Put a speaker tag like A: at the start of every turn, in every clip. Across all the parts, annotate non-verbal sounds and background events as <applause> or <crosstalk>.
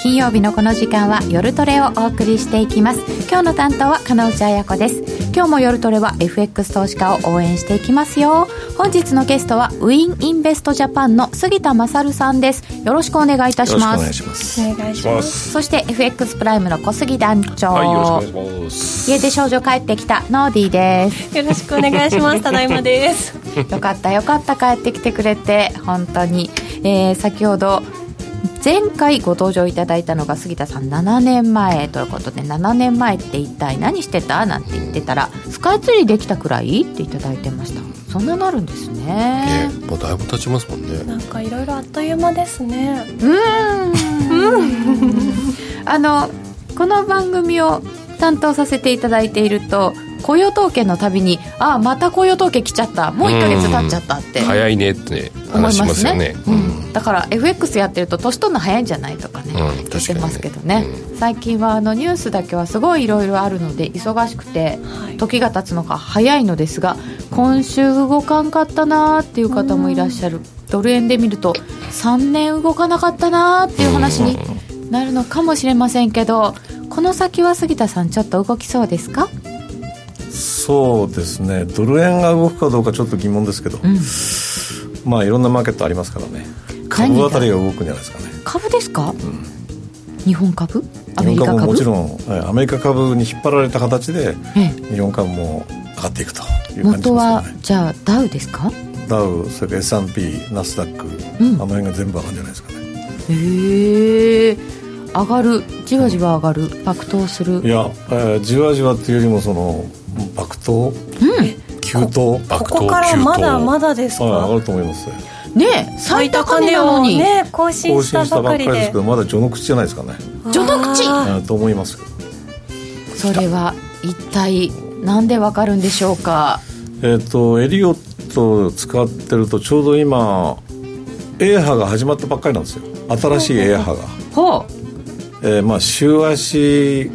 A: 金曜日のこの時間は夜トレをお送りしていきます今日の担当は金内彩子です今日も夜トレは FX 投資家を応援していきますよ本日のゲストはウィンインベストジャパンの杉田勝さんですよろしくお願いいたし
B: よろしく
A: ま
B: お願い
A: す
B: します。
C: お願いします。
A: そして FX プライムの小杉団長、
B: はい、よろしくお願いします。
A: 家出少女帰ってきたノーディーです
C: よろしくお願いします。ただいまです。
A: よかったよかった帰ってきてくれて本当に、えー先ほど前回ご登場いただいたのが杉田さん7年前ということで7年前って一体何してたなんて言ってたらスカイツリーできたくらいっていただいてましたそんななるんですね
B: ね、もうだいぶ経ちますもんね。
C: <laughs> なんかいろいろあっという間ですね。
A: うーんあのこの番組を担当させていただいていると雇用統計のたびにああまた雇用統計来ちゃったもう1ヶ月経っちゃったって
B: 早いねって
A: 思
B: 話
A: い
B: し
A: ま
B: ます
A: す
B: よ
A: ね
B: ね。
A: うんだから FX やってると年取るの早いんじゃないとかね、
B: うん確かにね
A: 言ってますけどね、最近はあのニュースだけはすごいいろいろあるので忙しくて
C: はい。
A: 時が経つのが早いのですが今週動かんかったなーっていう方もいらっしゃる、ドル円で見ると3年動かなかったなーっていう話になるのかもしれませんけどこの先は杉田さんちょっと動きそうですか、
D: そうですねドル円が動くかどうかちょっと疑問ですけど、
A: うん、
D: まあいろんなマーケットありますからね株あたりが動くんじゃないですかね
A: 株ですか、日本株アメリ
D: 日
A: カ
D: 本
A: 株
D: 株ももちろんえーアメリカ株に引っ張られた形で
A: え
D: 日本株も上がっていくとい
A: え
D: う感じ
A: 元
D: です
A: は
D: よね
A: じゃあダウですか
D: ダウそれから S&P ナスダック、
A: うん
D: あの辺が全部上がるんじゃないですかね
A: へえ上がるじわじわ上がる爆投する
D: いや、えーじわじわっていうよりもその爆投急騰
B: 爆
C: こ
B: 投
C: こからまだまだです
D: はい上が
C: か。
D: ると思います
A: ねえ最高値なのに、
C: ね更
D: 更
C: 新し
D: 新
C: た
D: したば
C: ば
D: っ
C: か
D: か
C: り
D: りです
C: で
D: け。どまだ序の口じゃないですかね、
A: 序の口
C: あ
D: うんと思いますけど
A: それは一体なんでわかるんでしょうか
D: えっ、とエリオットを使ってるとちょうど今 A 波が始まったばっかりなんですよ新しい A 波が、
A: ほ
D: えーまあ週足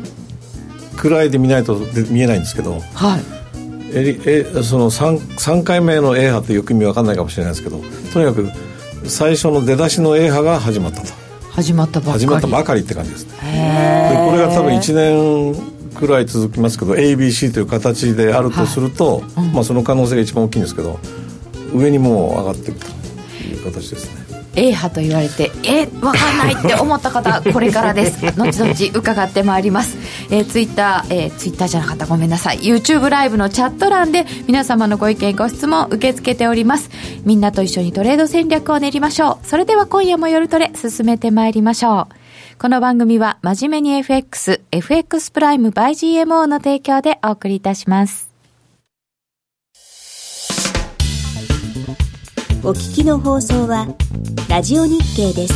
D: くらいで見ないとで見えないんですけど
A: うはい
D: エリえその 3, 3回目の A 波ってよく意味わかんないかもしれないですけどとにかく最初の出だしの A 波が始まったと
A: 始まったばっかり
D: 始まったばかりって感じですね
A: へ
D: でこれが多分1年くらい続きますけど ABC という形であるとすると、まあ、その可能性が一番大きいんですけど上にもう上がっていくという形ですね
A: え A 派と言われてえわかんないって思った方これからです後々伺ってまいります、えー、ツイッター、えー、ツイッターじゃなかったごめんなさい YouTube ライブのチャット欄で皆様のご意見ご質問受け付けておりますみんなと一緒にトレード戦略を練りましょうそれでは今夜も夜トレ進めてまいりましょうこの番組は真面目に FX、FX プライム by GMO の提供でお送りいたします。
E: お聞きの放送はラジオ日経です。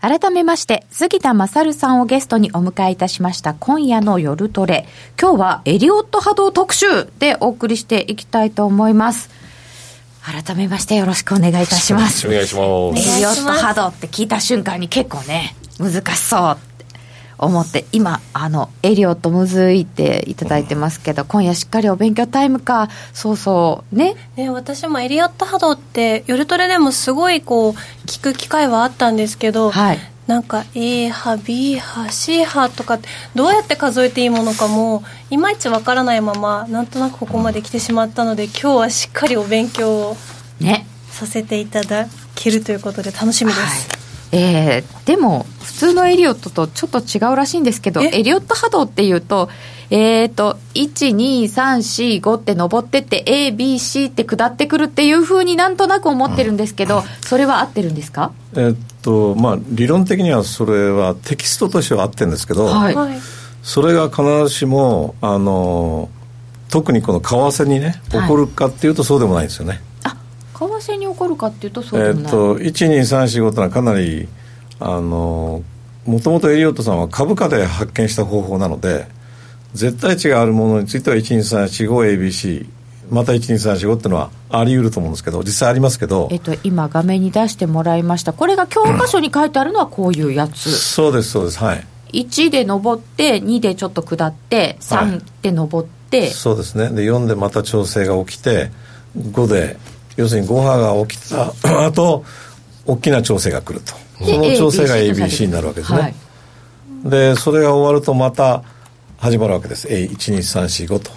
A: 改めまして、杉田勝さんをゲストにお迎えいたしました今夜の夜トレ。今日はエリオット波動特集でお送りしていきたいと思います。改めましてよろしくお願いいたします。
B: お願いしま
A: エ
B: す。
A: リオット波動って聞いた瞬間に結構ね難しそうって思って今あのエリオットむずいっていただいてますけど、今夜しっかりお勉強タイムかそうそうね
C: ね、私もエリアット波動って夜トレでもすごいこう聞く機会はあったんですけど、
A: はい
C: なんか A 波 B 波 C 波とかってどうやって数えていいものかもいまいちわからないままなんとなくここまで来てしまったので今日はしっかりお勉強を
A: ね
C: させていただけるということで楽しみです、
A: はいえーでも普通のエリオットとちょっと違うらしいんですけど
C: え
A: エリオット波動っていうとえー、と12345って上ってって ABC って下ってくるっていうふうになんとなく思ってるんですけど、それは合ってるんですか
D: えっとまあ理論的にはそれはテキストとしては合ってるんですけど、
A: はい
C: はい
D: それが必ずしもあの特にこの為替にね
A: はい
D: 起こるかっていうとそうでもないんですよね、
A: あ為替に起こるかっていうとそうで
D: え
A: も
D: っ
A: ない、
D: と12345というのはかなりあのもともとエリオットさんは株価で発見した方法なので絶対値があるものについては 12345ABC また12345っていうのはあり得ると思うんですけど実際ありますけど
A: えっと、今画面に出してもらいましたこれが教科書に書いてあるのはこういうやつ、
D: そうですそうですはい
A: 1で上って2でちょっと下って
D: はい
A: 3で上って、
D: そうですねで4でまた調整が起きて5で要するに5波が起きた後大きな調整が来るとこ
A: で
D: の調整が
A: ABC と
D: ABC になるわけですね、
A: はい
D: でそれが終わるとまた始まるわけです A12345 と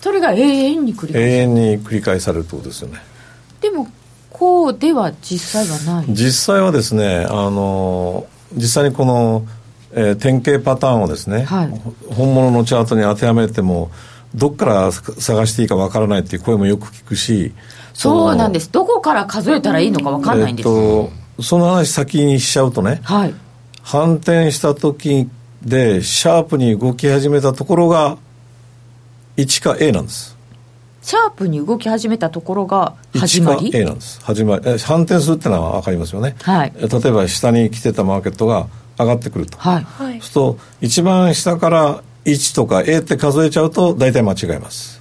A: それが永遠に繰り返
D: 永
A: す、
D: 遠に繰り返されるってことですよね
A: でもこうでは実際はない
D: 実際はですねあの実際にこの、えー典型パターンをですね、
A: はい
D: 本物のチャートに当てはめてもどっから探していいかわからないっていう声もよく聞くし
A: そうなんですすどこから数えたらいいのか分かんないんです、
D: えっとその話先にしちゃうとね
A: はい
D: 反転した時でシャープに動き始めたところが1か A なんです
A: シャープに動き始めたところが始
D: 1
A: ま
D: か
A: り
D: A なんです始まりえ反転するってのは分かりますよね、
A: はい
D: え例えば下に来てたマーケットが上がってくると、
A: はい
C: はい
D: そうすると一番下から1とか A って数えちゃうと大体間違えます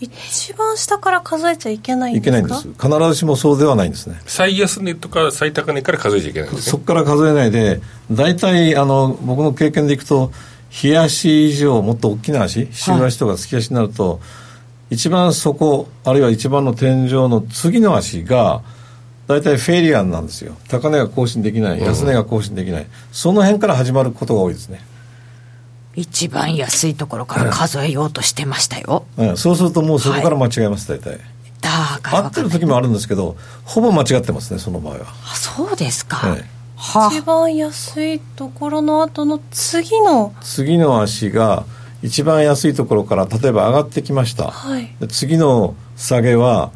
C: 一番下から数えちゃいけないん
D: い
C: ですか
D: けないんです必ずしもそうではないんですね
B: 最安値とか最高値から数えちゃいけないんです
D: そ
B: ね
D: こから数えないで大体あの僕の経験でいくと日足以上もっと大きな足週足とか月足になると、一番底あるいは一番の天井の次の足が大体フェイリアンなんですよ高値が更新できない安値が更新できない、その辺から始まることが多いですね、
A: 一番安いところから数えようとしてましたよ
D: うん、そうするともうそこから間違えます、大体
A: だから
D: 合
A: 分かん
D: ってる
A: ない
D: 時もあるんですけどほぼ間違ってますねその場合は
A: あそうですか、
D: はい
A: はあ
C: 一番安いところの後の次の
D: 次の足が一番安いところから例えば上がってきました、
C: はい
D: で次の下げは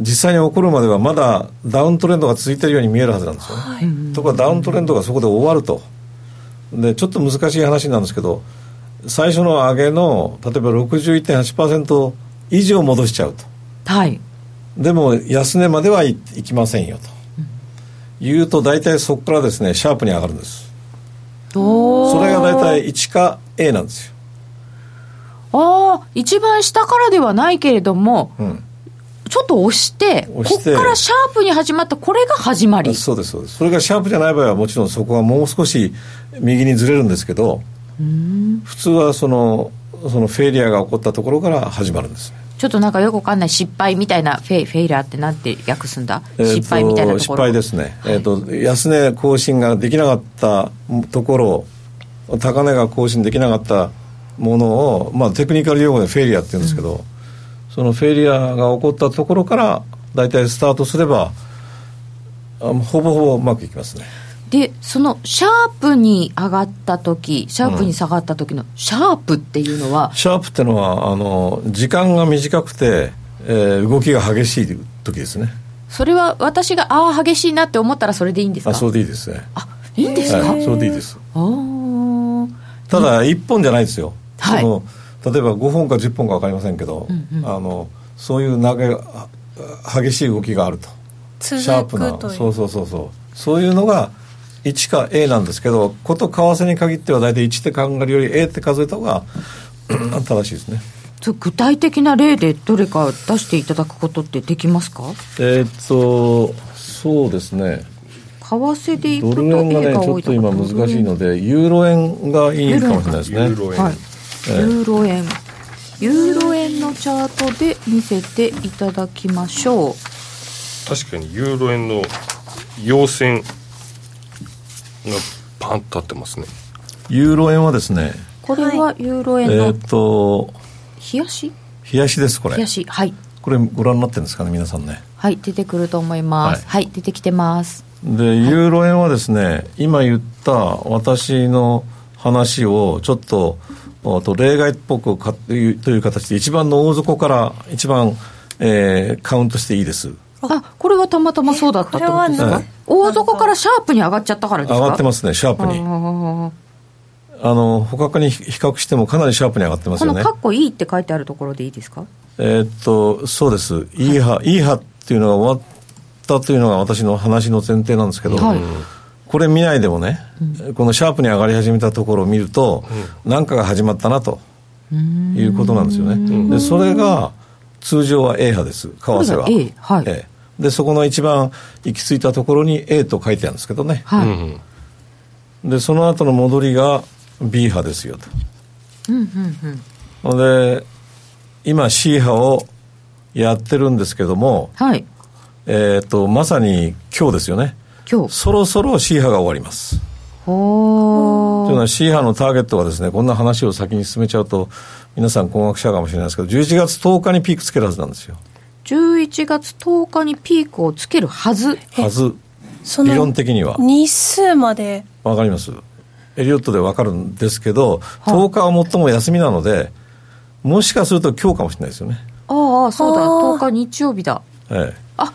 D: 実際に起こるまではまだダウントレンドが続いてるように見えるはずなんですよね、
C: はい、
D: ところがダウントレンドがそこで終わるとでちょっと難しい話なんですけど最初の上げの例えば61.8%以上戻しちゃうと
A: はい
D: でも安値まではい、いきませんよと、言うと大体そこからですねシャープに上がるんです
A: おー
D: それが大体1か A なんですよ、
A: ああ一番下からではないけれども
D: うん、
A: ちょっと押して
D: 押して
A: こっからシャープに始まったこれが始まり
D: そうですそうですそれがシャープじゃない場合はもちろんそこはもう少し右にずれるんですけど普通はそのそのフェイリアが起こったところから始まるんです、
A: ちょっとなんかよくわかんない失敗みたいなフェイフェイラーってなんて訳すんだ、
D: えーと
A: 失敗みたいなところ
D: 失敗ですね、えー、と安値更新ができなかったところ高値が更新できなかったものを、まあ、テクニカル用語でフェイリアって言うんですけど、そのフェイリアが起こったところから大体スタートすればあほぼほぼうまくいきますね
A: でそのシャープに上がった時シャープに下がった時のシャープっていうのは、
D: シャープってのはあの時間が短くて、えー動きが激しい時ですね
A: それは私がああ激しいなって思ったらそれでいいんですか
D: あそうでいいですね
A: あいいんですか、
D: はい、それでいいです
A: あー
D: ただ1本じゃないですよ、
A: はい
D: その例えば5本か10本か分かりませんけど、あのそういう投げあ激しい動きがあると
C: 続
D: シャープな
C: くという
D: そうそうそうそうそういうのが1か A なんですけどこと為替に限っては大体1って考えるより A って数えた方が正しいですね
A: そう具体的な例でどれか出していただくことってできますか
D: えーっとそうですね
A: 為替でいく
D: ド
A: と
D: ル円が
A: A
D: ね
A: が
D: ちょ
A: 多
D: っ
A: いだ
D: と
A: から
D: 今難しいのでユーロ円がいいかもしれないですね
B: ユーロ円、
A: はい、ユーロ円ユーロ円のチャートで見せていただきましょう
B: 確かにユーロ円の陽線がパンと立ってますね
D: ユーロ円はですね
A: これ
C: は
A: はユーロ
D: え
A: 円
D: ー
A: の
D: っと
A: 冷やし
D: 冷やしですこれ
A: 冷やしはい
D: これご覧になってるんですかね皆さんね
A: はい出てくると思いますはい、出てきてます
D: でユーロ円はですね今言った私の話をちょっとおと例外っぽくかというという形で一番の大底から一番、えーカウントしていいです
A: あこれはたまたまそうだったってことです
D: これは
A: か
D: ね
A: 大底からシャープに上がっちゃったからですか
D: 上がって
A: す
D: ますねシャープにあの他に比比較してもかなりシャープに上がってます
A: こ
D: よ
A: の「
D: ね
A: かっこいい」って書いてあるところでいいですか
D: えーっとそうですイーハイーハっていうのが終わったというのが私の話の前提なんですけど、
A: はい
D: これ見ないでもね、このシャープに上がり始めたところを見ると、なんかが始まったなということなんですよね。でそれが通常は A 波です為替
A: こ
D: は
A: れが A はい
D: ええでそこの一番行き着いたところに A と書いてあるんですけどね、
A: はい、
B: うん
D: でその後の戻りが B 波ですよと。
A: うんうんうん
D: ほんで今 C 波をやってるんですけども、
A: はい
D: えー、とまさに今日ですよね
A: 今日
D: そろそろ C 波が終わりますと
A: ほ
D: いうの
A: ー
D: は C 波のターゲットはですねこんな話を先に進めちゃうと皆さん困惑しちゃうかもしれないですけど11月10日にピークつけるはずなんですよ
A: 11月10日にピークをつけるはず
D: はず
C: そ
D: 理
C: の
D: 論的には
C: 日数まで
D: わかりますエリオットでわかるんですけど10日は最も休みなのでもしかすると今日かもしれないですよね、
A: ああそうだ
C: あー
A: 10日日曜日だ
D: え
A: あ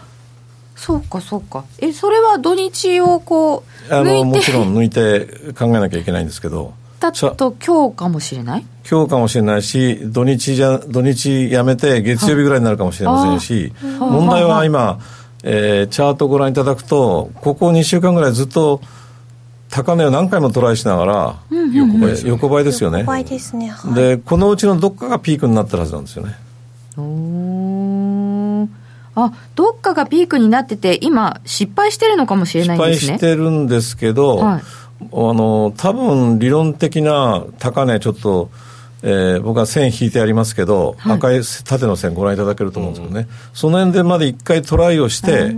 A: そうかそうかえそれは土日をこう
D: え、あの
A: 抜
D: も
A: い
D: ち
A: て
D: ろん抜いて考えなきゃいけないんですけど
A: だ
D: しゃ
A: と今日かもしれない
D: 今日かもしれないし土日じゃ土日やめて月曜日ぐらいになるかもしれませんし
A: あー
D: 問題は今、えーチャートをご覧いただくとここ2週間ぐらいずっと高値を何回もトライしながら、
B: 横ばいで
D: えー
B: すよね
D: 横ばいですよね
C: 怖いですねはい
D: でこのうちのどっかがピークになってるはずなんですよね
A: おーあどっかがピークになってて今失敗してるのかもしれな
D: 失
A: いんで
D: 敗
A: すね
D: してるんですけど、
A: はい
D: あの多分理論的な高値ちょっと、えー僕は線引いてありますけど、
A: はい
D: 赤い縦の線ご覧いただけると思うんですけどね、その辺でまで一回トライをして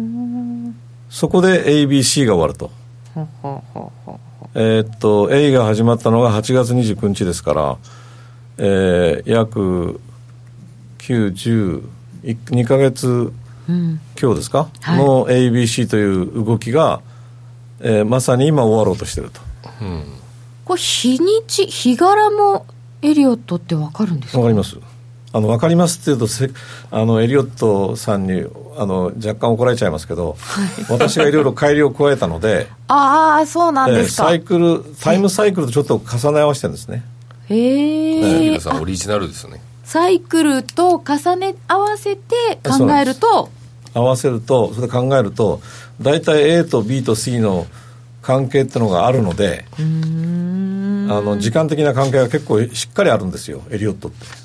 D: そこで ABC が終わると。
A: ほほほほ
D: えーっと A が始まったのが8月29日ですから、えー約912ヶ月
A: うん
D: 今日ですか、
A: はい
D: の ABC という動きが、えーまさに今終わろうとしてると
A: これ日にち日柄もエリオットってわかるんです
D: わ
A: か
D: かりますあのわかりますっていうとせあのエリオットさんにあの若干怒られちゃいますけど、私がいろいろ改良を加えたので
A: あ <laughs> あそうなん
D: え
A: で
D: ー
A: すか、
D: サイクルタイムサイクルとちょっと重ね合わせてるんですね
A: へえ
B: 皆さんオリジナルですね
A: サイクルと重ね合わせて考えると
D: 合わせるとそれで考えると大体 A と B と C の関係ってのがあるのであの時間的な関係が結構しっかりあるんですよエリオットって。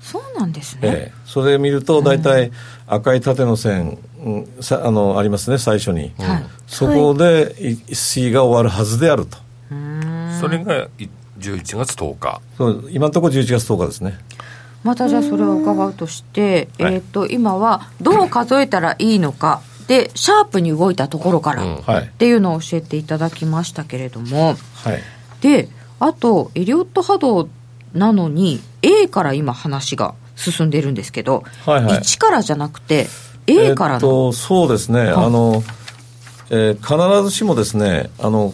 A: そうなんですね、
D: ええ、それ見ると大体赤い縦の線、うんさあのありますね最初に、
A: はい
D: そこでい C が終わるはずであると
B: それがい11月10日
D: そう今のところ11月10日ですね
A: またじゃあそれを伺うとして、
D: はい
A: えっ、と今はどう数えたらいいのかでシャープに動いたところから、
B: うん
D: はい
A: っていうのを教えていただきましたけれども
D: はい
A: であとエリオット波動なのに A から今話が進んでるんですけど、
D: はいはい
A: 1からじゃなくて A から
D: え
A: の、
D: っとそうですね、あの、えー必ずしもですねあの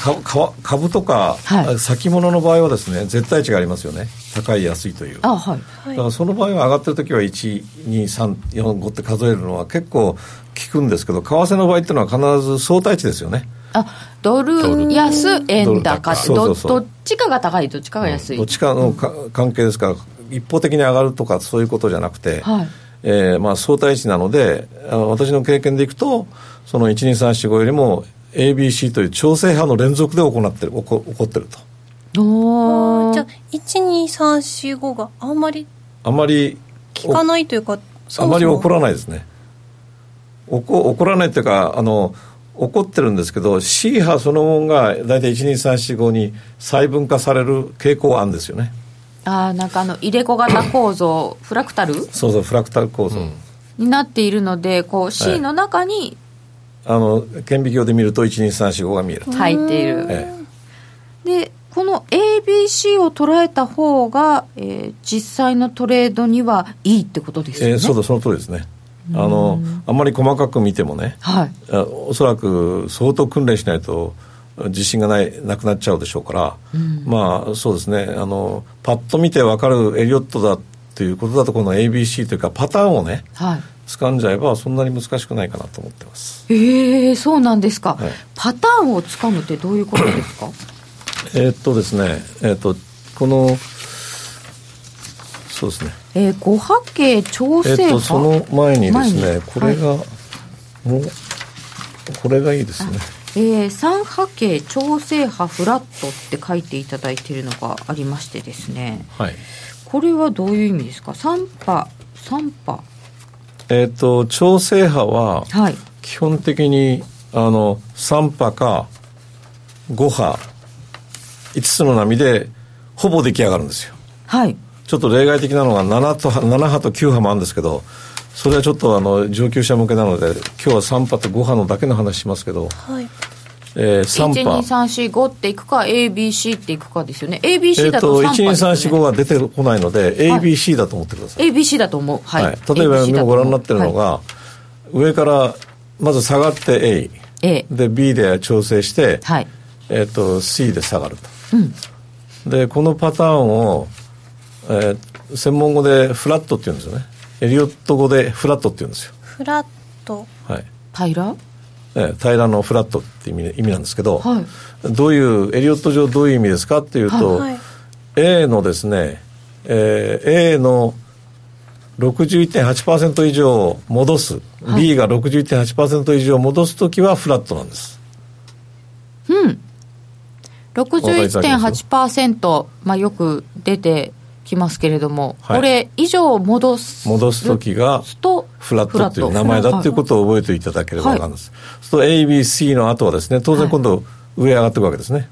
D: かか株とか、
A: はい
D: 先物の場合はですね絶対値がありますよね高い安いという
A: あはい
C: はい
D: だからその場合は上がってる時は12345って数えるのは結構効くんですけど為替の場合っていうのは必ず相対値ですよね
A: あド
B: ド
A: ル
B: ル
A: 安円高
D: そうそうそう
A: どどっちかが高いどっちかが安い、
D: どっちかのか関係ですから一方的に上がるとかそういうことじゃなくて、
A: はい
D: えーまあ、相対値なのであの私の経験でいくとその12345よりも ABC という調整派の連続で行ってる起こ起こってると
A: おー
C: じゃあ12345があんまり
D: あんまり
C: 効かないというかそ
D: あ
C: も
D: まり
C: そも
D: 怒らないですね怒怒らないというかあの怒ってるんですけど C 波そのものが大体12345に細分化される傾向はあるんですよね
A: あーなんかあの入れ子型構造フラクタル
D: そうそうフラクタル構造、
A: になっているのでこう C の中に
D: あの顕微鏡で見ると12345が見える、
A: 入っている、
D: え
A: でこの ABC を捉えた方が、えー実際のトレードにはいいってことです
D: え
A: よね、
D: えーそうだその通りですねあのあんまり細かく見てもね、
A: はい
D: あおそらく相当訓練しないと自信がないなくなっちゃうでしょうから、まあそうですねあのパッと見て分かるエリオットだということだとこの ABC というかパターンをね
A: はい
D: 掴んじゃえばそんなに難しくないかなと思ってます。
A: えー、そうなんですか、
D: はい
A: パターンをつかむってどういうことです
D: <clears throat>
A: か
D: えーっとですねえーっとこのそうですね
A: えー、五波形調
D: え
A: 整
D: っ
A: 波、
D: と、その前にです
A: 前
D: ね
A: に、
D: これが、もう、これがいいですね。
A: えー、三波形調整波フラットって書いていただいているのがありましてですね
D: はい。
A: これはどういう意味ですか三波三波
D: えっと、調整波は、
A: はい
D: 基本的に、あの、3波か5波、5つの波で、ほぼ出来上がるんですよ。
A: はい
D: ちょっと例外的なのが7と7波と9波もあるんですけど、それはちょっとあの上級者向けなので、今日は3波と5波のだけの話しますけど、
C: はい
D: えー、3波。
A: 12345っていくか ABC っていくかですよね ABC
D: えっ
A: だと
D: と
A: 3波
D: 1、2、
A: です、ね
D: 3、4、5は出てこないので、
A: はい
D: ABC だと思ってください。
A: ABC だと思うはい、
D: はい例えば
A: ABC だ
D: 今
A: と思う
D: ご覧になってるのが、
A: は
D: 上からまず下がって A、
A: い A
D: で B で調整して、
A: はい
D: えっと C で下がると、でこのパターンを、えー専門語でフラットって言うんですよねエリオット語でフラットって言うんですよ、
C: フラット
D: はい
A: 平
D: えー平らのフラットって意味意味なんですけど、
A: はい
D: どういうエリオット上どういう意味ですかっていうと、
C: はい
D: A のですね、えー A の61.8%以上戻す、B が61.8%以上戻すときはフラットなんです。
A: 61.8%、まあ、よく出てきますけれども、
D: はい
A: これ以上戻す
D: 戻すときが
A: と
D: フラットという名前だということを覚えていただければなんです。そうすると ABC の後はですね、当然今度上へ上がっていくわけですね。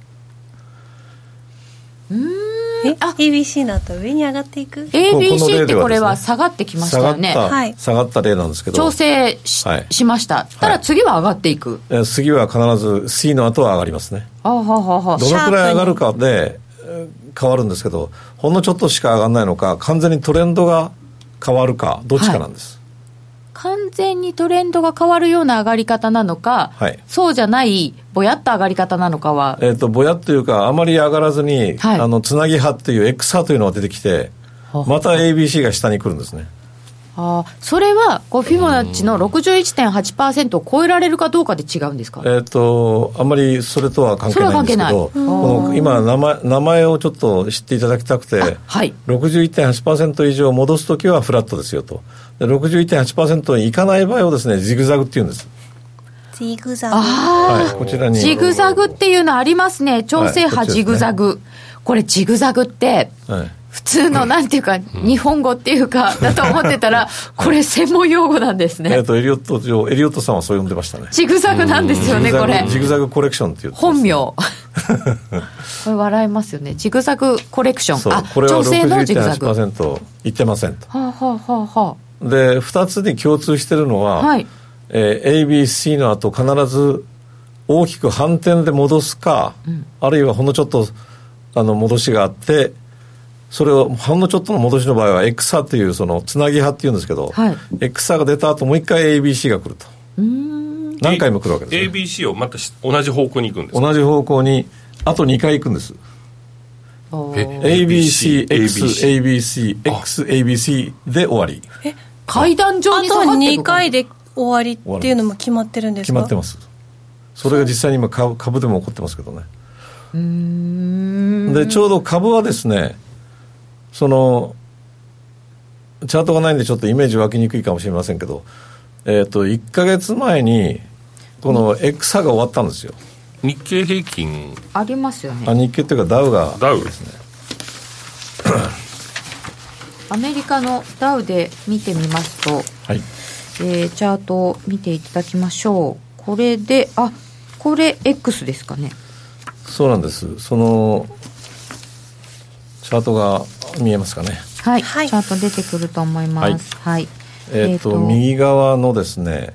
C: え
A: あ
C: ABC の後上に上がっていく
D: ここの
A: ABC
D: 例
A: って
D: ではですね
A: これは下がってきました
D: 下が
A: よ
D: っ
A: ね
D: た、
C: はい
D: 下がった例なんですけど、
A: 調整し,、
D: はい
A: ましたた
D: は
A: だ
D: い
A: 次は上がっていく、
D: えー次は必ず C の後は上がりますね。
A: あははは
D: どのくらい上がるかでえー変わるんですけどほんのちょっとしか上がらないのか完全にトレンドが変わるかどっちかなんです、
A: 完全にトレンドが変わるような上がり方なのか、
D: はい
A: そうじゃないぼやっと上がり方なのかは、
D: えっとぼやっというかあまり上がらずに、
A: はい
D: あのつなぎ派っていう X 派というのが出てきて
A: は
D: また ABC が下に来るんですね
A: あーそれはこうフィボナッチの61.8%を超えられるかどうかで違うんですか
D: えっ、とあんまりそれとは関係ないんですけど
A: そ
D: こ
A: れは関係ないうん
D: の今名前名前をちょっと知っていただきたくて
A: はい
D: 61.8%以上戻すときはフラットですよとで61.8%にいかない場合をですねジグザグっていうんです、
C: ジグザグ
A: ああ
D: はい、こちらに
A: ジグザグっていうのありますね。調整波
D: はいこっちですね
A: ジグザグ。これジグザグって、
D: はい
A: 普通のなんていうか、日本語っていうか、だと思ってたら、これ専門用語なんです
D: えっ
A: ね。
D: とエリオット上エリオットさんはそう呼んでましたね
A: ジグザグなんですよね、これ。
D: ジグザグコレクションって <laughs> いう
A: 本名。これ笑いますよね。ジグザグコレクショ
D: そう
A: ン。あ、
D: これは
A: 調整のジグザグ。は
D: 61.8%いってませんと
A: あ、はあはあは
D: で2つに共通してるの
A: あ、
D: は、
A: はい。
D: えー ABC の後必ず大きく反転で戻すか、あるいはほんのちょっとあの戻しがあってそれをほんのちょっとの戻しの場合は X 波というそのつなぎ派っていうんですけど、
A: はい
D: X 波が出た後もう一回 ABC が来ると何回も来るわけです、ね
B: ABC をまたし同じ方向に行くんですか
D: 同じ方向にあと2回行くんです
A: お
B: え
A: ー
D: ABC、X、
B: ABC
D: ABC、X、ABC で終わり
A: 階段
C: あ
A: 状に下が
C: と
A: っていく
C: 2回で終わりっていうのも決まってるんです
D: 決
C: か
D: まってますそれが実際に今株株でも起こってますけどねでちょうど株はですねそのチャートがないんでちょっとイメージ湧きにくいかもしれませんけどえっ、と1か月前にこの X 波が終わったんですよ
B: 日経平均
A: ありますよ
D: あ
A: ね。
D: 日経というかダウが
B: ダウですね
A: アメリカのダウで見てみますと、
D: はい
A: えーチャートを見ていただきましょうこれであこれ X ですかね
D: そうなんですそのチャートが見えますかね
A: はい、
C: はい
A: チャート出てくると思いますはい、
D: えっ、と、右側のですね。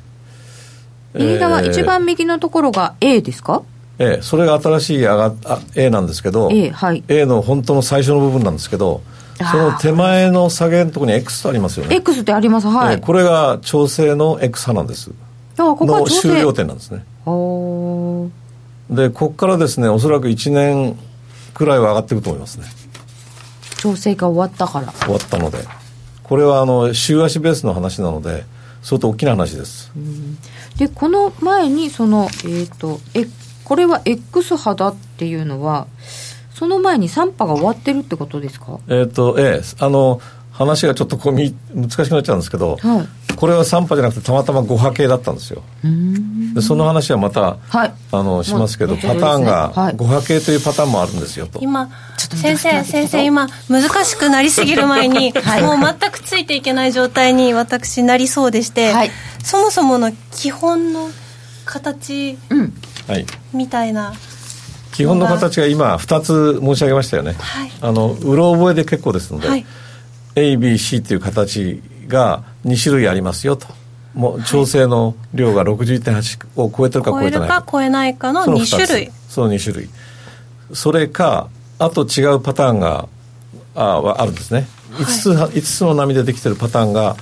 A: 右側、
D: えー
A: 一番。右のところが A ですか
D: ええそれが新しい上があ A なんですけど、
A: A はい
D: A の本当の最初の部分なんですけど、その手前の下げのところに X とありますよね、
A: X ってありますは
D: えー
A: い、
D: これが調整の X 派なんです
A: あここは
D: の
A: 調整
D: 終了点なんですね
A: おー
D: でここからですねおそらく1年くらいは上がっていくと思いますね
A: 調整が終わったから
D: 終わったのでこれはあの週足ベースの話なので相当大きな話です、
A: でこの前にそのえっ、とえこれは X 派だっていうのはその前に3波が終わってるってことですか
D: えっ、とええあの話がちょっとこうみ難しくなっちゃうんですけど、
A: はい
D: これは3波じゃなくてたまたま5波形だったんですよ
A: うーん
D: でその話はまた、
A: はい
D: あのしますけど、
A: もう
D: パターンが
A: はい
D: 5波形というパターンもあるんですよと、
C: 今
A: ちょっと
C: 先
A: 難しくなって
C: 生
A: きたぞ
C: 先生今難しくなりすぎる
A: <laughs>
C: 前に、
A: はい
C: もう全くついていけない状態に私なりそうでして、
A: はい
C: そもそもの基本の形
A: うん
D: はい、
C: みたいな
D: 基本の形が今2つ申し上げましたよね、
C: はい
D: あのうろ覚えで結構ですので、
C: はい
D: ABC っていう形が2種類ありますよともう調整の量が61.8を超えてるか
C: 超
D: 超
C: え
D: えて
C: る
D: ない
C: か超えないかの
D: その
C: 2
D: 2つ
C: 種類
D: その2種類それかあと違うパターンがあはあるんですね5つ,、5つの波でできてるパターンが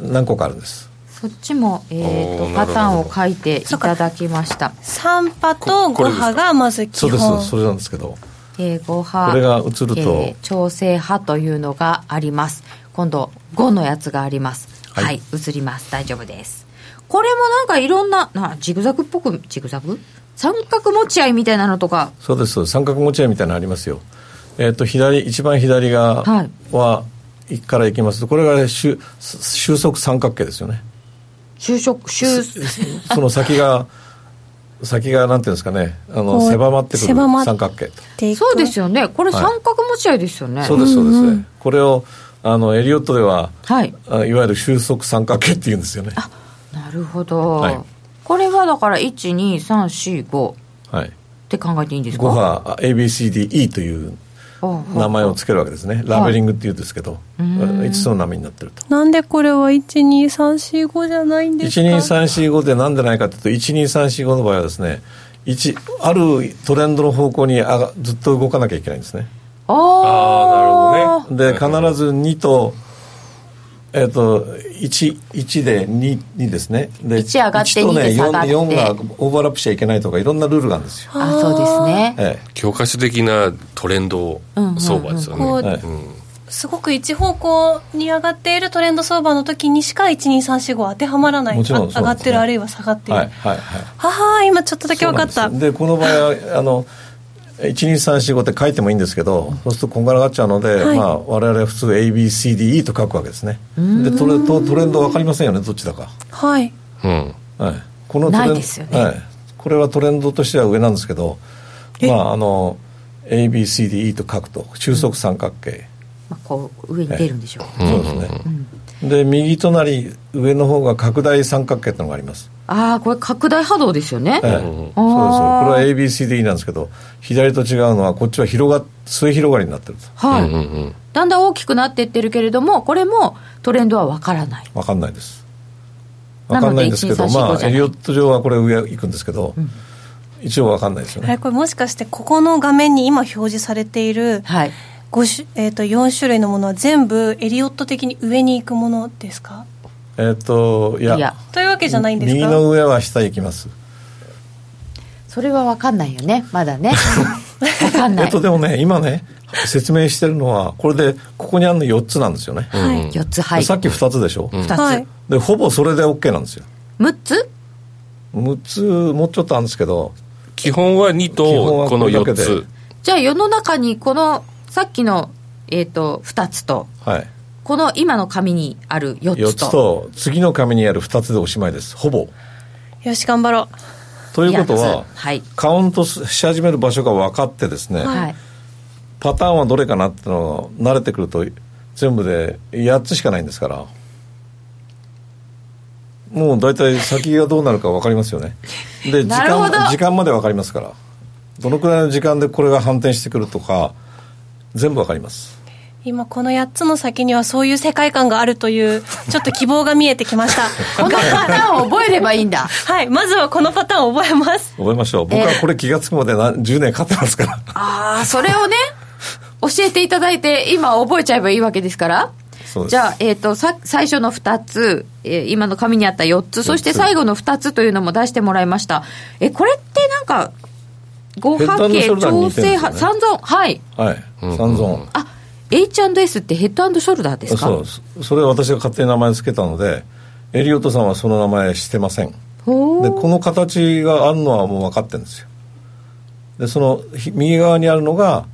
D: 何個かあるんです
A: そっちも、えー、
B: お
A: と
B: ー
A: パ
B: なるほど
A: ターンを書いていただきました、
C: 3波と
B: ここれ
C: 5
B: ですか
C: 波がまず基
D: そうです
C: 本
D: それなんですけど
A: えー、5波
D: これが移ると
A: 調整派というのがあります今度5のやつがありますは、
D: はいい
A: 移ります大丈夫ですこれもなんかいろんななジグザグっぽくジグザグ三角持ち合いみたいなのとか
D: そうですそうです三角持ち合いみたいなのありますよえっ、と左一番左側
A: はい
D: は、い、からいきますとこれが収収束三角形ですよね
A: 就職就
D: その先が先がなんていうんですかねあの
C: こう
D: 狭まってくる
C: 狭まっ
D: 三角形と
C: で
A: そうです
C: よ
A: よねこれ
D: はい
A: 三角持ち合いですよね、
D: そうですそうです、これをあのエリオットでは
A: はい
D: あいわゆる収束三角形っていうんですよね
A: なるほど、
D: はい
A: これはだから12345っ
D: はい
A: て考えていいんですか
D: 5波あ ABCDE という
A: ああ
D: 名前をつけるわけですねラベリングっていうんですけど、5つの波になってると
C: なんでこれは12345じゃないんですか
D: 12345でなんでないかというと12345の場合はですね一あるトレンドの方向にあがずっと動かなきゃいけないんですね
A: あー
B: あーなるほどね
D: で必ず2と,、えっと 1, 1で 2, 2ですねで
A: 一上がって
D: 一とね
A: 二で下がって
D: 4 4がオーバーラップしちゃいけないとかいろんなルールがあるんですよ、
A: あそうですね
D: え
B: 教科書的なトレンド相場ですよね、
C: うんうんうんこ
D: う
B: うん
C: すごく一方向に上がっているトレンド相場の時にしか12345当てはまらない
D: もちろんそうです
C: あ
D: ね
C: 上がってるあるいは下がって
D: え
C: いる、
D: はいはいはい
C: はは今ちょっとだけ分かっ
D: そう
C: た
D: なんですよでこの場合はあの12345って書いてもいいんですけどそうするとこんがらがっちゃうので、
C: はい
D: まあ、我々は普通 ABCDE と書くわけですねでトレトトレンド分かりませんよねどっちだか、
C: はい
B: うん
D: はい、このトレ
A: な
D: ン
A: いですよね
D: はい、これはトレンドとしては上なんですけどまああの ABCDE と書くと中足三角形、
A: まあ、こう上に出るんでしょう、
D: そうですね、で右隣上の方が拡大三角形ってのがあります
A: ああこれ拡大波動ですよね、
D: ええそうですそうですこれは ABCD なんですけど左と違うのはこっちは広が末広がりになってると
A: はい、
B: うんうん
A: だんだん大きくなっていってるけれどもこれもトレンドはわからない
D: 分かんないです
A: な
D: 分かん
A: ので
D: ないんですけど
A: 1 3 4 5
D: まあ
A: じゃな
D: エ
A: い
D: リオット上はこれ上行くんですけど、一応分かんないですよ
C: あれ
D: ね
C: これもしかしてここの画面に今表示されている
A: はい
C: 五種、えー、と4種類のものは全部エリオット的に上に行くものですか
D: えーっ、といや
A: いや
C: というわけじゃないんですか
D: 右の上は下行きます
A: それはわかんないよねまだ
D: <laughs>
A: ねわかん
D: え
A: な
D: っ
A: い、
D: とでもね今ね説明してるのはこれでここにあるの4つなんですよね、
C: は
B: うん
C: い、
A: 四4つはい
D: さっ
A: 2
D: き2つでしょ、
B: ん
A: つ、
C: はい、
D: でほぼそれで OK なんですよ
A: 6つ
D: 6つもうちょっとあるんですけど
B: 基本は2
D: 基本
B: と
D: は
B: この
D: これだけ
B: 4
D: で
B: つ
A: じゃあ世の中にこのさっきの、えー、と2つと
D: はい
A: この今の紙にある4
D: 4
A: つと
D: つと次の紙にある2つでおしまいですほぼ
C: よし頑張ろ
D: ということは
A: 八つはい
D: カウントし始める場所が分かってですね、
A: はい、
D: パターンはどれかなってのが慣れてくると全部で8つしかないんですからもう大体先がどうなるか分かりますよねで時
A: なるほど
D: 間時間まで分かりますからどのくらいの時間でこれが反転してくるとか全部分かります
C: う今この8つの先にはそういう世界観があるというちょっと希望が見えてきました
D: <laughs>
A: このパターンを覚えればいいんだ
C: はいまずはこのパターンを覚えます
D: 覚えましょう僕はこれ気が付くまで何10年かかってますから
A: ああそれをね教教えていただいて、今覚えちゃえばいいわけですから。
D: そうです
A: じゃあ、えっ、と、さ、最初の2つ、えー今の紙にあった4つ、そして
D: 四つ
A: 最後の2つというのも出してもらいました。え、これってなんか、五波形
D: ヘッドショルダーに
A: 調
D: 似てるん
A: 整
D: です
A: 波、
D: よね
A: 三尊、はい。
B: <laughs>
D: はい、
B: ん
D: 三尊
A: あ、H&S ってヘッドショルダーですか
D: そうですそれは私が勝手に名前つけたのでエリオットさんはその名前してませんで
A: ほう。
D: この形があるのはもう分かってるんですよでそのひ右側にあるのが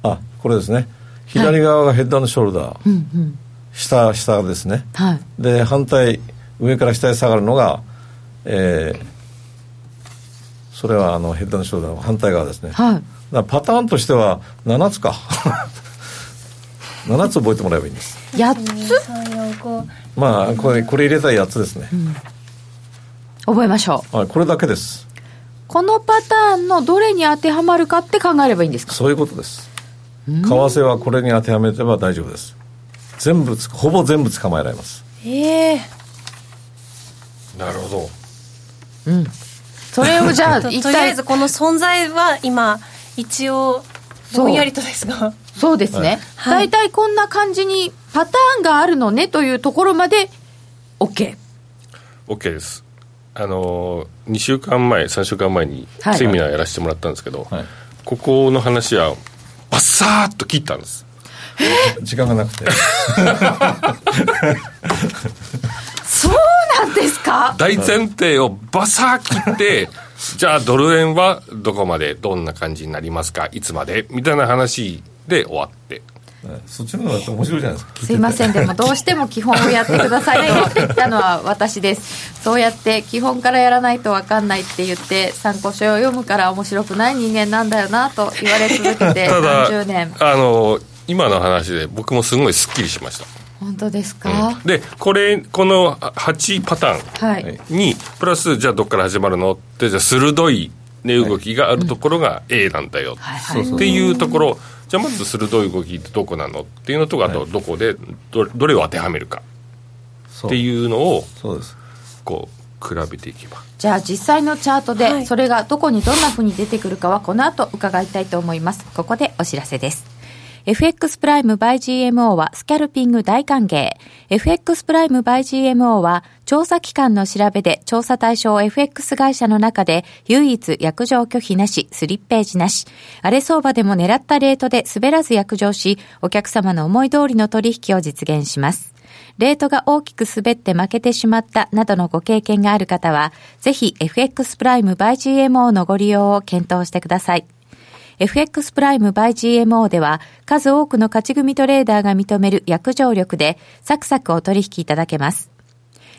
D: あこれですね左側がヘッドショルダー、
A: うんうん。
D: 下下ですね
A: はい。
D: で反対上から下へ下がるのが、えーそれはあのヘッドショルダーの反対側ですね、
A: はい。
D: だからパターンとしては7つか <laughs> 7つ覚えてもらえばいいんです
A: 8つ
C: 345
D: まあこれこれ入れたいやつですね、
A: 覚えましょう。
D: はい、これだけです
A: このパターンのどれに当てはまるかって考えればいいんですか
D: そういうことです為替はこれに当てはめれば大丈夫です全部つほぼ全部捕まえられます
C: ええ
B: なるほ
A: それをじ
C: <laughs>
A: ゃあ、
C: と
A: 一
C: とりあえ
A: 体
C: ず、この存在は今一応
A: そう
C: ぼんやりとですが
A: そうですね。
C: は
A: 大
C: い
A: 体こんな感じにパターンがあるのねというところまで、OK。
B: ど OK ですあのー、2週間前3週間前に
A: はい
B: セミナーやらせてもらったんですけど、
D: はい
B: ここの話はバッサーッと切ったんです
D: 時間がなく <laughs> て
A: そうなんですか
B: 大前提をバサー切
D: <laughs>
B: って、じゃあドル円はどこまで、どんな感じになりますか、いつまで、みたいな話で終わって。
D: はいそっちの方が面白いじゃないですか
A: すいませんでもどうしても基本をやってくださいと言ってきたのは私ですそうやって基本からやらないと分かんないって言って参考書を読むから面白くない人間なんだよなと言われ続けて
B: ただ、
A: 30年
B: あの、今の話で僕もすごいスッキリしました。
A: 本当ですか、
B: で、これ、この8パターン。
A: はい、
D: はい
B: にプラスじゃあどっから始まるのってじゃあ鋭い値動きがあるところが A なんだよ
A: はいはい
B: っていうところじゃあまず鋭い動きってどこなのっていうのとあとどこでどどれを当てはめるか
D: そう
B: っていうのを
D: そうです
B: こう比べていけば
A: じゃあ実際のチャート
C: は
A: で
C: い
A: それがどこにどんな風に出てくるかはこの後伺いたいと思います。ここでお知らせです。FX プライム by GMO はスキャルピング大歓迎。FX プライム by GMO は調査機関の調べで調査対象 FX 会社の中で唯一約定拒否なし、スリッページなし。荒れ相場でも狙ったレートで滑らず約定し、お客様の思い通りの取引を実現します。レートが大きく滑って負けてしまったなどのご経験がある方は、ぜひ FX プライム by GMO のご利用を検討してください。FX プライム by GMO では、数多くの勝ち組トレーダーが認める約定力で、サクサクお取引いただけます。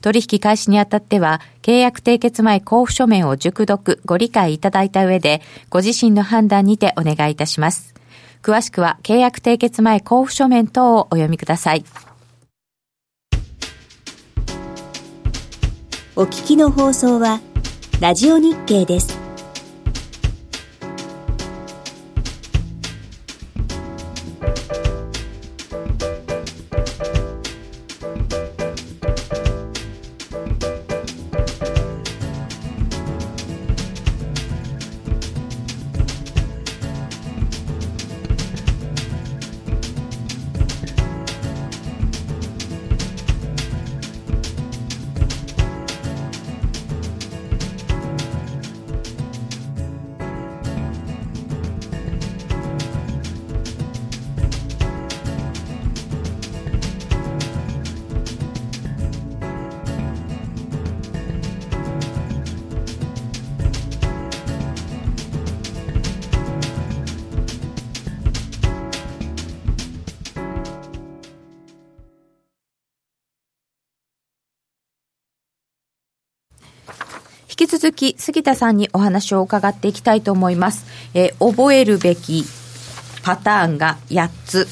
A: 取引開始にあたっては契約締結前交付書面を熟読ご理解いただいた上でご自身の判断にてお願いいたします。詳しくは契約締結前交付書面等をお読みください。
E: お聞きの放送はラジオ日経です。
A: 引き続き杉田さんにお話を伺っていきたいと思います、えー覚えるべきパターンが8つ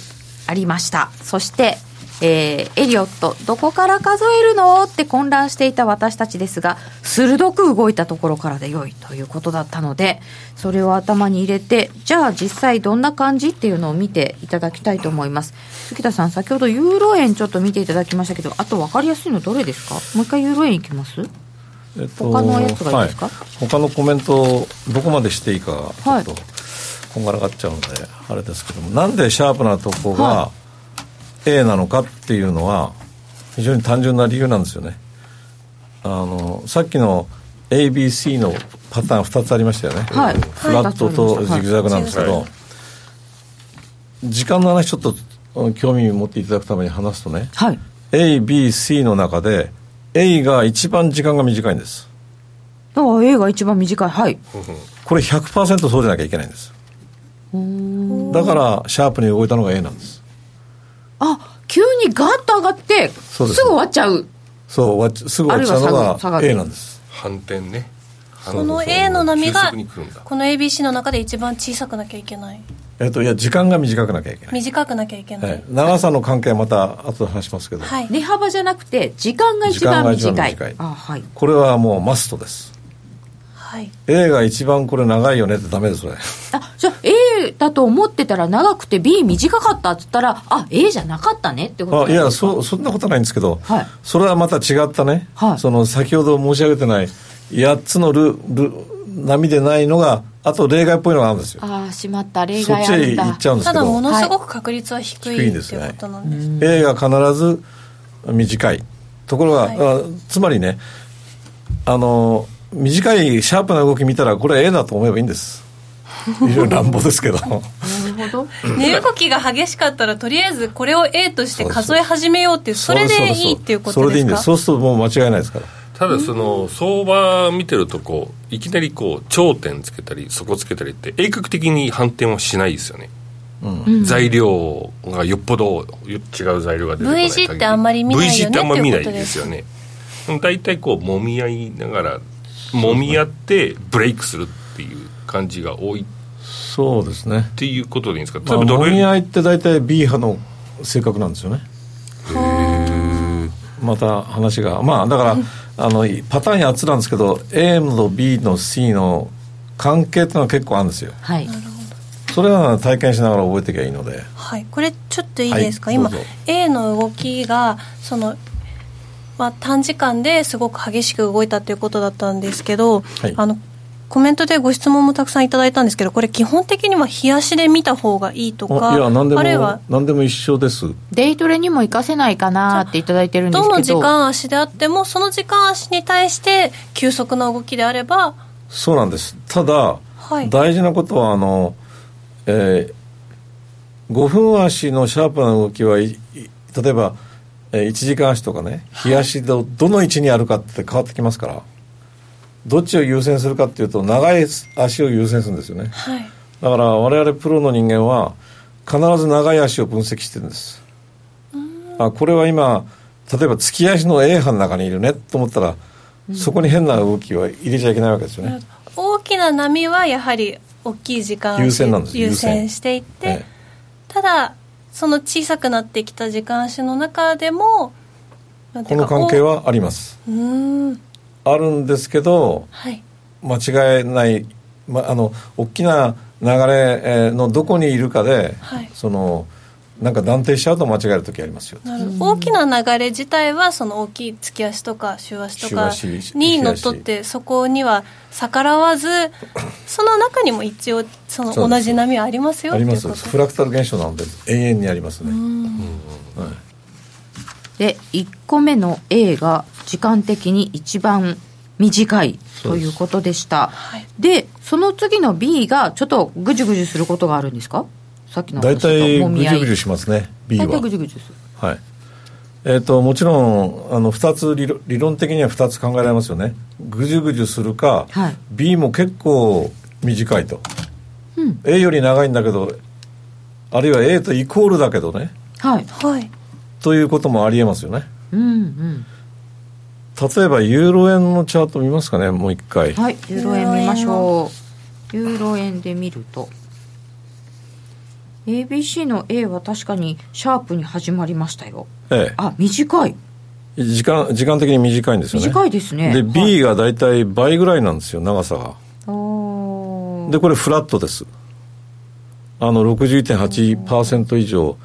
A: ありましたそしてえーエリオットどこから数えるのって混乱していた私たちですが鋭く動いたところからで良いということだったのでそれを頭に入れてじゃあ実際どんな感じっていうのを見ていただきたいと思います杉田さん先ほどユーロ円ちょっと見ていただきましたけどあと分かりやすいのどれですかもう一回ユーロ円いきます
D: えっ
A: 他のやつがいいですか
D: はい、他のコメントをどこまでしていいかがちょ
A: はい
D: っとこんがらがっちゃうのであれですけどもなんでシャープなとこが
A: は
D: A なのかっていうのは非常に単純な理由なんですよねあのさっきの ABC のパターン2つありましたよね、
A: はい
D: フラットとジグザグなんですけど、
B: はい
D: 時間の話ちょっとうん興味を持っていただくために話すとね、
A: はい
D: ABC の中で A が一番時間が短いんです
A: だから A が一番短いはい
D: これ100%そうじゃなきゃいけないんですだからシャープに動いたのが A なんです
A: あ急にガーッと上がってす
D: そう
A: ぐ
D: です
A: 終わっちゃう
D: そうわすぐ終わっちゃ
A: あるいは
D: う
A: 下
D: の
A: が
D: が
A: る
D: A なんです
B: 反転ね反
C: その
B: 転
C: A の波
B: 急
C: が
B: 速に来るんだ
C: この ABC の中で一番小さくなきゃいけない
D: えっといや時間が短くなきゃいけない、
C: 短くなきゃいけない、
D: はい、長さの関係はまた後で話しますけど、
C: はい
A: 値幅じゃなくて時間が一番
D: 時間が
A: 短い
D: 一番短い
A: あはい
D: これはもうマストです
C: はい
D: A が一番これ長いよねってダメですそれ
A: あじゃあ A だと思ってたら長くて B 短かったっつったらあ A じゃなかったねってこと
D: あいや
A: う
D: そそんなことはないんですけど、
A: はい
D: それはまた違ったね、
A: はい
D: その先ほど申し上げてない8つのルル波でないのがあと例外っぽいのがあるんですよ
A: ああしまった例
D: そっ
A: 外
D: ち
A: あ
D: へ
A: るん
D: 行
A: だ
D: っちゃうんです
C: た
D: け
C: だも
D: ど
C: のすごく確率は低
D: 低い
C: い
D: んで
C: っ
D: す
C: ていう
D: ね
C: ことなんです
D: A が必ず短いところが、
C: はい
D: あつまりねあの短いシャープな動き見たらこれ A だと思えばいい
C: <laughs>
D: んです非常に乱暴ですけど
A: なるほど
C: <laughs> 値動きが激しかったらとりあえずこれを A として数え始めようっていうそれでいいっていうこ
D: そ
C: と
D: れでいい
C: です
D: んで
C: か
D: すそうするともう間違いないですから
B: ただその相場見てるとこういきなりこう頂点つけたり底つけたりって鋭角的に反転はしないですよね、材料がよっぽど違う材料が出てこない
C: V 字ってあんまり見ないよね
B: V 字ってあんまり見ない
C: っていうこと
B: で
C: です
B: すよね大体こう揉み合いながら揉み合ってブレイクするっていう感じが多いっ
D: そうですね
B: ていうことでいいんですか
D: ま
B: 例
D: あ、
B: えばド
D: 飲
B: ル
D: み
B: 円
D: 合いって大体 B 派の性格なんですよねまた話がまあだからあのパターン8つなんですけど A の B の C の関係っていうのは結構あるんですよ
A: はい
D: それは体験しながら覚えていけばいいので
C: はい、これちょっといいですか、
D: はい
C: 今
D: どうぞ
C: A の動きがその、まあ、短時間ですごく激しく動いたということだったんですけど、
D: い
C: あのコメントでご質問もたくさんいただいたんですけどこれ基本的には冷やしで見た方がいいと
D: あ
C: か
D: いや何で
C: あるい
D: も
C: は
D: 何でも一緒です
A: デイトレにも活かせないかなっていただいてるんですけ
C: ど
A: ど
C: の時間足であってもその時間足に対して急速な動きであれば
D: そうなんですただ、
C: はい
D: 大事なことはあの、えー、5分足のシャープな動きはいい例えば、え1時間足とかね日足どどの位置にあるかって変わってきますからどっちを優先するかっていうと長い足を優先するんですよね
C: はい
D: だから我々プロの人間は必ず長い足を分析してるんですあこれは今例えば突き足の A 班の中にいるねと思ったら、そこに変な動きは入れちゃいけないわけですよね、
C: 大きな波はやはり大きい時間足
D: 優先なんです
C: 優
D: 優先
C: 先していって、
D: ええ
C: ただその小さくなってきた時間足の中でもなんて
D: こ
C: いう
D: の
C: か
D: 関係はあります
C: おうーん
D: あるんですけど
C: はい
D: 間違えない、ま、あの大きな流れえーのどこにいるかで、
C: はい
D: そのなんか断定しちゃうと間違える時ありますよ
C: なるほど大きな流れ自体はその大きい突き足とか週足とか
D: 週足
C: にのっとってそこには逆ら
D: <laughs>
C: わずその中にも一応その
D: そう
C: 同
D: です
C: じ波はありますよ
D: あ
C: って
D: り
C: いう
D: ま
C: こ
D: す
C: と
D: フラクタル現象なので永遠にありますねはい
A: で1個目の A が時間的に一番短いということでした
C: はい
A: でその次の B がちょっとぐじゅぐじゅすることがあるんですかさっきの
D: 大
A: 話と
D: 体
A: も
D: ぐ
A: み
D: じ
A: 合
D: ゅ
A: い
D: ぐじゅしますね B
A: 大体
D: は
A: ぐじゅぐじゅする
D: はいえー、ともちろんあの2つ理論理論的には2つ考えられますよねぐじゅぐじゅするか、
A: はい
D: B も結構短いと、
A: うん
D: A より長いんだけどあるいは A とイコールだけどね
A: はい
C: はい
D: ということもありえますよね
A: うんうん
D: 例えばユーロ円のチャート見ますかねもう一回、
A: はい、ユーロ円見ましょう。ユーロ円で見ると、え ABC の A は確かにシャープに始まりましたよ
D: え
A: あ短い
D: え、時間時間的に短いんですよね
A: 短いですね
D: で
A: はい
D: B が大体倍ぐらいなんですよ長さが
A: おー
D: でこれフラットですあの61.8%以上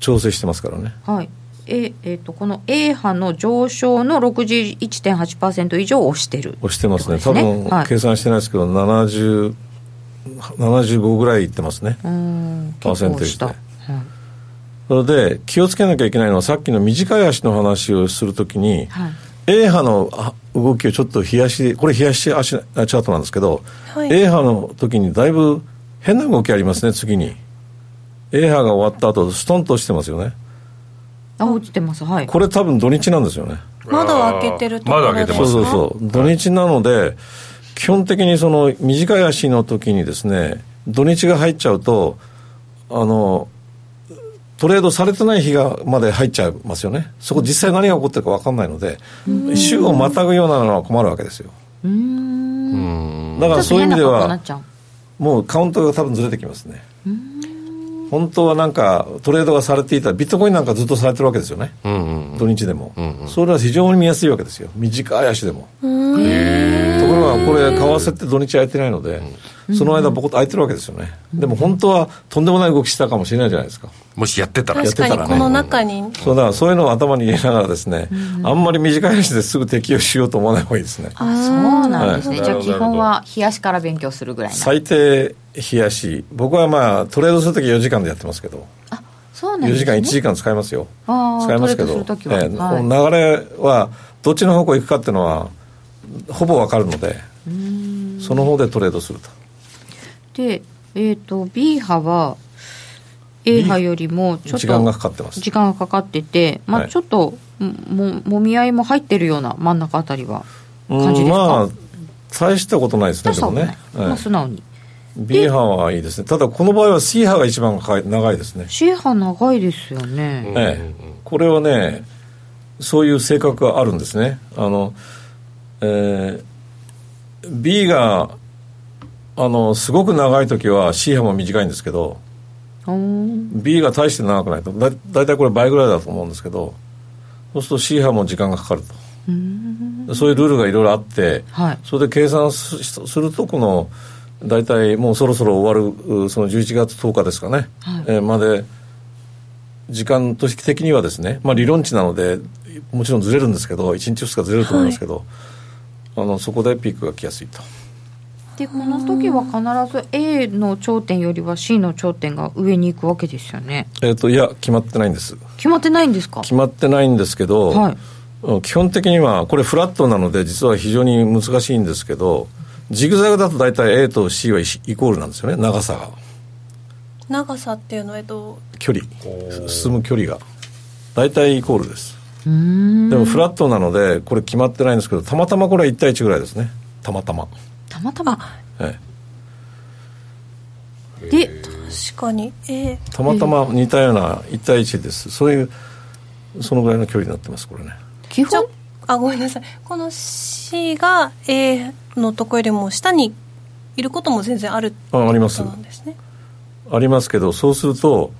D: 調整してますからね
A: はいええー、とこの A 波の上昇の61.8%以上を押してる
D: 押してますね
A: そう
D: 多
A: ですね
D: 分
A: はい
D: 計算してないですけど、70 75ぐらいいってますね
A: うーん
D: パーセンテー
A: 結構し
D: ジで
A: たはい
D: それで気をつけなきゃいけないのはさっきの短い足の話をするときに、
A: はい
D: A 波のあ動きをちょっと冷やしこれ冷やし足あチャートなんですけど、
C: はい
D: A 波の時にだいぶ変な動きありますね次に A 波が終わった後ストンと落ちてますよね
A: あ落ちてますはい
D: これ多分土日なんですよね
C: 窓を開けてるところ
B: 窓開けて
D: そ
B: ま
D: う
B: す
D: そう
B: ね
D: そう土日なので基本的にその短い足の時にですね土日が入っちゃうとあのトレードされてない日がまで入っちゃいますよねそこ実際何が起こってるか分かんないので週をまたぐようなのは困るわけですよ
A: うーん
B: うん
D: だからそういう意味で
A: ちょっと変な格好にな
D: は
A: っちゃう
D: もうカウントが多分ずれてきますね本当はなんかトレードがされていたビットコインなんかずっとされてるわけですよね
B: うんうん
D: 土日でも、
B: んうん
D: それは非常に見やすいわけですよ短い足でもところがこれ為替って土日空いてないので、その間ボコッと空いてるわけですよね、でも本当はとんでもない動きしたかもしれないじゃないですか、
B: もしやってたら
C: 確かにこの中に
D: そうだからそういうのを頭に入れながらですね、あんまり短い足ですぐ適用しようと思わない方がいいですね
A: あそうなんですね、
B: はい
A: じゃあ基本は冷やしから勉強するぐらいな
D: 最低冷やし僕はまあトレードするとき4時間でやってますけど
A: あそうなん
D: 4
A: ですね
D: 時間1時間使いますよ
A: あー
D: 使いますけ
A: トレ
D: ど
A: ードする時は
D: ええ
A: はい
D: この流れはどっちの方向行くかっていうのはほぼわかるのでその方でトレードすると
A: で、えー、と B 波は A 波よりもちょっと
D: 時間がかかってます
A: 時間がかかってて、ま
D: は
A: あ、
D: い
A: ちょっとももみ合いも入ってるような真ん中あたりは感じ
D: う
A: です
D: ん
A: か、
D: まあ大したことないですね
A: 大し
D: で
A: た
D: も
A: ことない
D: ね、
A: まあ、
D: え
A: 素直に
D: え B 波はいいですねただこの場合は C 波が一番かかい長いですね、
A: C 波長いですよね、
B: うん
D: ええこれはねそういう性格があるんですねあの、えー B があのすごく長い時は C 波も短いんですけど
A: うん、
D: B が大して長くないとだ大体これ倍ぐらいだと思うんですけどそうすると C 波も時間がかかるとそういうルールがいろいろあって、
A: はい
D: それで計算すするとこの大体もうそろそろ終わるうその11月10日ですかね、
A: はい
D: えーまで時間と的にはですね、まあ、理論値なのでもちろんずれるんですけど1日2日ずれると思いますけど、あのそこでピークが来やすいと。
A: でこの時は必ず A の頂点よりは C の頂点が上に行くわけですよね
D: えー、といや決まってないんです
A: 決まってないんですか
D: 決まってないんですけど、
A: はい
D: うん基本的にはこれフラットなので実は非常に難しいんですけどジグザグだと大体 A と C はイイコールなんですよね長さが
C: 長さっていうのはえっと
D: 距離進む距離が大体イコールです
A: うーん
D: でもフラットなのでこれ決まってないんですけどたまたまこれは1対1ぐらいですねたまたま、
A: たまたま
D: え
A: で
C: 確かに A
D: えたまたま似たような1対1ですそういうそのぐらいの距離になってますこれね
A: 基
C: ち
A: 本
C: ょあごめんなさいこの C が A のとこよりも下にいることも全然あるって
D: あありま
C: こ
D: す
C: となんですね
D: ありますけどそうすると、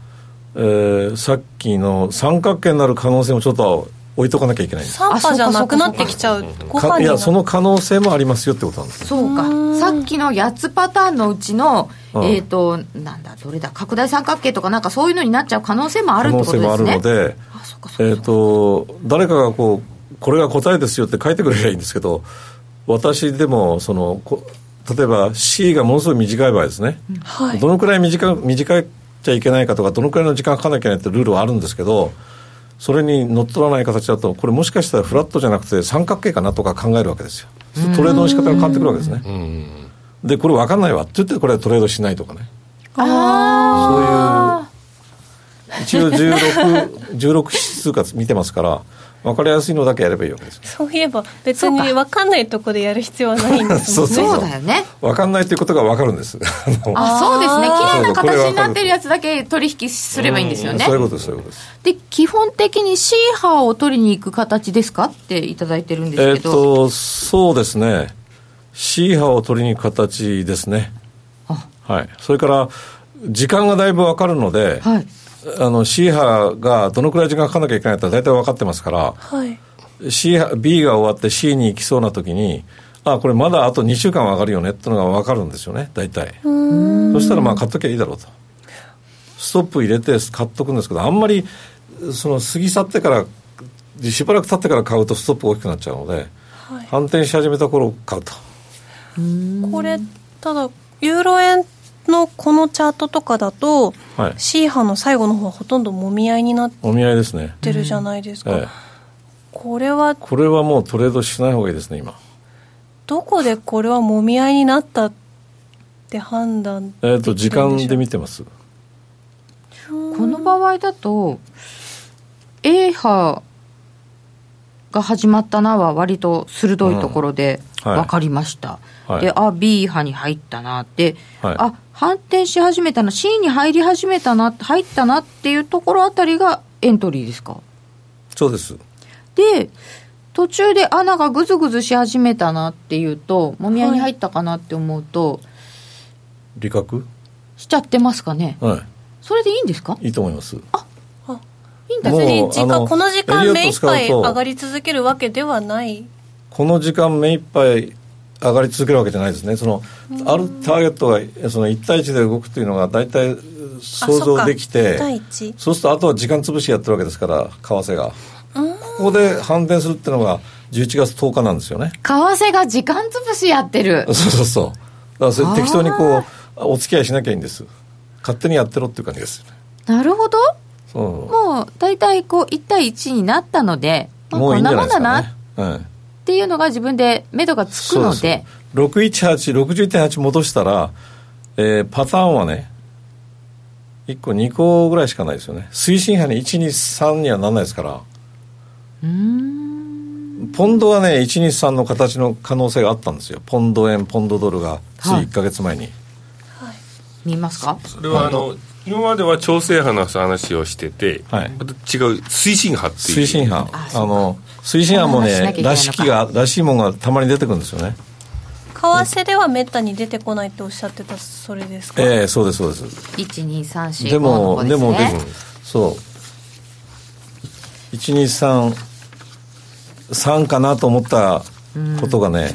D: えーさっきの三角形になる可能性もちょっと置いとかなきゃいけないんです
C: 3波じゃなくな
A: あそ
C: っ
A: うか
C: てきちゃうご
D: か
C: 飯に
D: い
C: な
D: や
C: る
D: その可能性もありますよってことなんです
A: そうかさっきの8つパターンのうちの、
D: うん
A: えっ、となんだどれだ拡大三角形とかなんかそういうのになっちゃう可能性もある
D: 可
A: って
D: 能
A: ことで
D: 性
A: すね
D: もあるので
A: あそうかそう
D: え
A: か
D: っ、と誰かがこうこれが答えですよって書いてくれりゃいいんですけど私でもそのこ例えば C がものすごい短い場合ですね、
C: はい
D: どのくらい短短いちゃいけないかとかどのくらいの時間かかなきゃいけないってルールはあるんですけどそれに乗っ取らない形だとこれもしかしたらフラットじゃなくて三角形かなとか考えるわけですよそうするとトレードの仕方が変わってくるわけですね
B: うん
D: でこれ分かんないわって言ってこれはトレードしないとかね
A: あ
D: そういう一応16 16数か見てますから分かりやすいのだけやればいいわけです
C: そういえば別
A: そう
C: に
A: か
C: 分かんないとこでやる必要はないんですもんね
A: そうだよね
D: 分かんないということが分かるんですあの
A: あそうですね綺麗な
D: そうそうこれ
A: 形
D: わかる
A: になってるやつだけ取引すればいいんですよね
D: そういうことですそういうことです
A: で基本的に C 波を取りに行く形ですかっていただいてるんです
D: え
A: け
D: っ
A: ど、
D: とそうですね C 波を取りに行く形ですね
A: あ
D: はいそれから時間がだいぶ分かるので、
A: はい
D: あの C 波がどのくらい時間かかなきゃいけないって大体分かってますから、
C: はい。
D: C 波 B が終わって C に行きそうな時にあこれまだあと2週間は上がるよねってのが分かるんですよね大体そしたらまあ買っときゃいいだろうとストップ入れて買っとくんですけどあんまりその過ぎ去ってからしばらく経ってから買うとストップ大きくなっちゃうので、
C: はい
D: 反転し始めた頃買うと
C: これただユーロ円のこのチャートとかだと、
D: はい
C: C 波の最後の方はほとんどもみ合いになっ
D: お見合いですね、
C: てるじゃないですか、
D: ええ
C: これは
D: これはもうトレードしない方がいいですね今
C: どこでこれはもみ合いになったって判断
D: えっ、と時間で見てます
A: この場合だと A 波が始まったなは割と鋭いところで
D: うんはい
A: 分かりました、
D: はい
A: であ B 波に入ったなって、
D: はい
A: あ反転し始めたな C に入り始めたな入ったなっていうところあたりがエントリーですか
D: そうです
A: で途中で穴がぐずぐずし始めたなっていうともみ合いに入ったかなって思うと、
D: 理覚
A: しちゃってますかね
D: は
A: それでいいんですか
D: いいいと思います
A: いいんだ
C: 別に時
D: もう
C: 間
D: あの
C: この時
D: エリ
C: 間
D: オ
C: 目
D: ッ
C: い
D: ト
C: っ
D: 使うと
C: ぱい上がり続けるわけではない
D: この時間目いっぱい上がり続けるわけじゃないですねそのあるターゲットがその1対1で動くというのが大体
C: あ
D: 想
C: そっか
D: 像できて
C: 一対一
D: そうするとあとは時間潰しやってるわけですから為替が
C: うん
D: ここで反転するっていうのが11月10日なんですよね
A: 為替が時間潰しやってる
D: そうそうそうだからそれ適当にこうお付き合いしなきゃいいんです勝手にやってろっていう感じですよね
A: なるほど
D: そ
A: もう大体こう1対1になったので、
D: う
A: まあ、
D: もう
A: こ
D: いい
A: ん
D: んじ
A: な
D: ゃな
A: も
D: い
A: ん
D: です
A: だな
D: か
A: っ
D: ねうん
A: ていうのが自分で目処がつくので
D: 618、60.8戻したら、えーパターンはね、1個、2個ぐらいしかないですよね。推進派に1、2、3にはならないですから。ポンドはね、1、2、3の形の可能性があったんですよ。ポンド円、ポンドドルが、つい
A: はい
D: 1ヶ月前に。
A: 見ますか
B: それはあの今までは調整派の話をしてて、
D: はい
B: また違う推進派っていう
D: 推進派。
A: あそう
D: あの、推進派も
A: こんな話しなきゃいけ、ないの
D: ね
A: から
D: しきが、らしいもんがたまに出てくるんですよね。
C: 為替ではめったに出てこないっておっしゃってたそれですか、
D: ええそうです、そうです。
A: 12345
D: で
A: の
D: も、
A: 方
D: で
A: です
D: も、でも
A: ね、
D: そう。1、2、3、3かなと思ったことがね、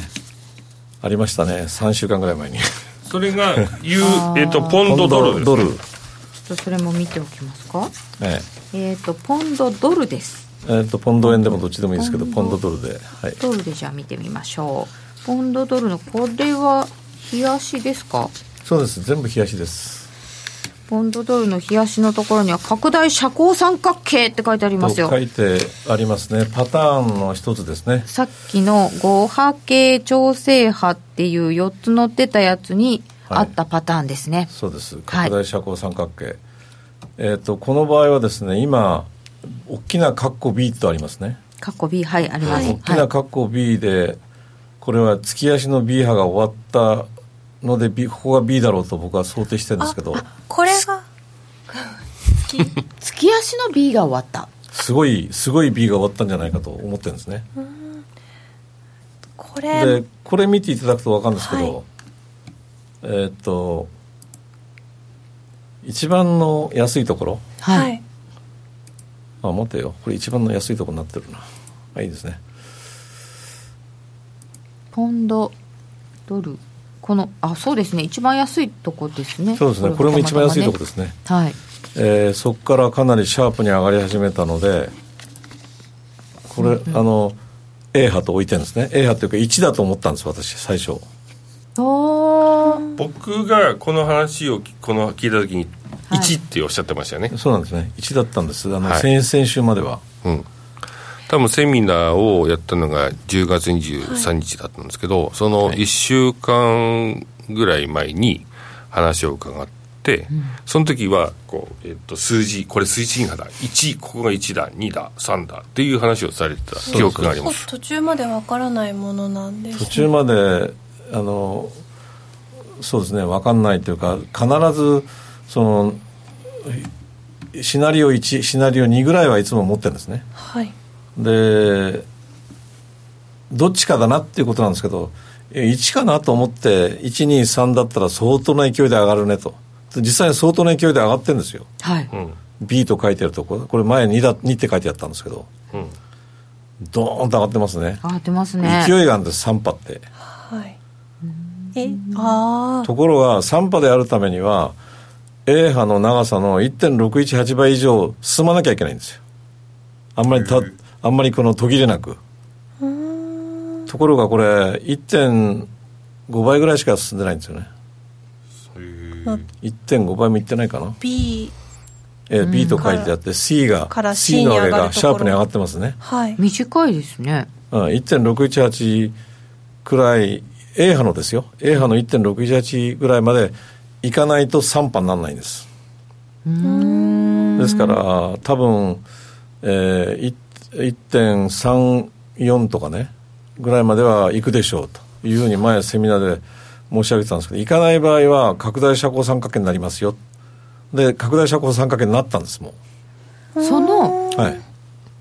D: ありましたね。3週間ぐらい前に。
B: それ
D: <laughs>
B: がユー、えっとポンドドルです、ね、
D: ドル。
A: ちょっとそれも見ておきますか
D: え
A: えっ、とポンドドルです
D: ええっと、ポンド円でもどっちでもいいですけど、ポンドドルで。はい。
A: ドルでじゃあ見てみましょうポンドドルのこれは冷やしですか
D: そうです。全部冷やしです。
A: ポンドドルの冷やしのところには拡大斜交三角形って書いてありま
D: と
A: すよ
D: 書いてありますね。パターンの一つですね。
A: さっきの5波形調整波っていう4つ載ってたやつにあったパターンですね、
D: そうです
A: はい
D: 拡大斜交三角形、えっ、とこの場合はですね今大きな括弧 B とありますね、
A: 過去 B はいあります、
D: 大きな括弧 B でこれは月足の B 波が終わったので、B、ここが B だろうと僕は想定してるんですけど
C: これが
A: 月足の B が終わった
D: すごいすごい B が終わったんじゃないかと思ってるんですね、
C: これ
D: でこれ見ていただくと分かるんですけど、
C: はい
D: えっ、と一番の安いところ
A: はい、
C: はい
D: あ待てよこれ一番の安いところになってるなあいいですね
A: ポンドドルこのあそうですね一番安いとこですね
D: そうですね、これも一番安いところですすね、
A: はい
D: えーそこからかなりシャープに上がり始めたので、これ、あの A 波と置いてるんですね、A 波というか、1だと思ったんです、私、最初、
A: おー
B: 僕がこの話をこの聞いた時に
A: はい
B: 1っておっしゃってましたよね、
D: そうなんですね、1だったんです、あの
B: はい
D: 先先週までは、
B: うん多分セミナーをやったのが10月23日だったんですけど、その1週間ぐらい前に話を伺って、その時はこう、えっと数字これ推進派だ1ここが1だ2だ3だっていう話をされてた記憶があります
C: 途中までわからないものなんです
D: 途中まで、あのそうですね、分かんないというか、必ず、その、シナリオ1、シナリオ2ぐらいはいつも持ってるんですね。
C: はい
D: でどっちかだなっていうことなんですけどえ1かなと思って123だったら相当な勢いで上がるねと実際相当な勢いで上がってるんですよ
A: はい、
B: うん
D: B と書いてあるところこれ前に 2, だ2って書いてあったんですけど
B: うん
D: ドーンと上がってますね
A: 上がってますね
D: 勢いがあるんです3波って
C: はいえああ
D: ところが3波であるためには A 波の長さの1.618倍以上進まなきゃいけないんですよあんまりたあんまりこの途切れなくところがこれ1.5倍ぐらいしか進んでないんですよね
B: へー
D: 1.5倍もいってないかな
C: B
D: A、B と書いてあって C が
C: から
D: C
C: C
D: の
C: に
D: 上
C: 上がるとこ
D: が
C: ろ
D: シャープに上がってますね
C: はい
A: 短いですね
D: うん、1.618くらい A 波のですよ A 波の1.618ぐらいまでいかないと3波にならないんですですから多分、えー、い1.34とかねぐらいまでは行くでしょうというふうに前セミナーで申し上げてたんですけど行かない場合は拡大斜行三角形になりますよで拡大斜行三角形になったんですも
A: その
D: うはい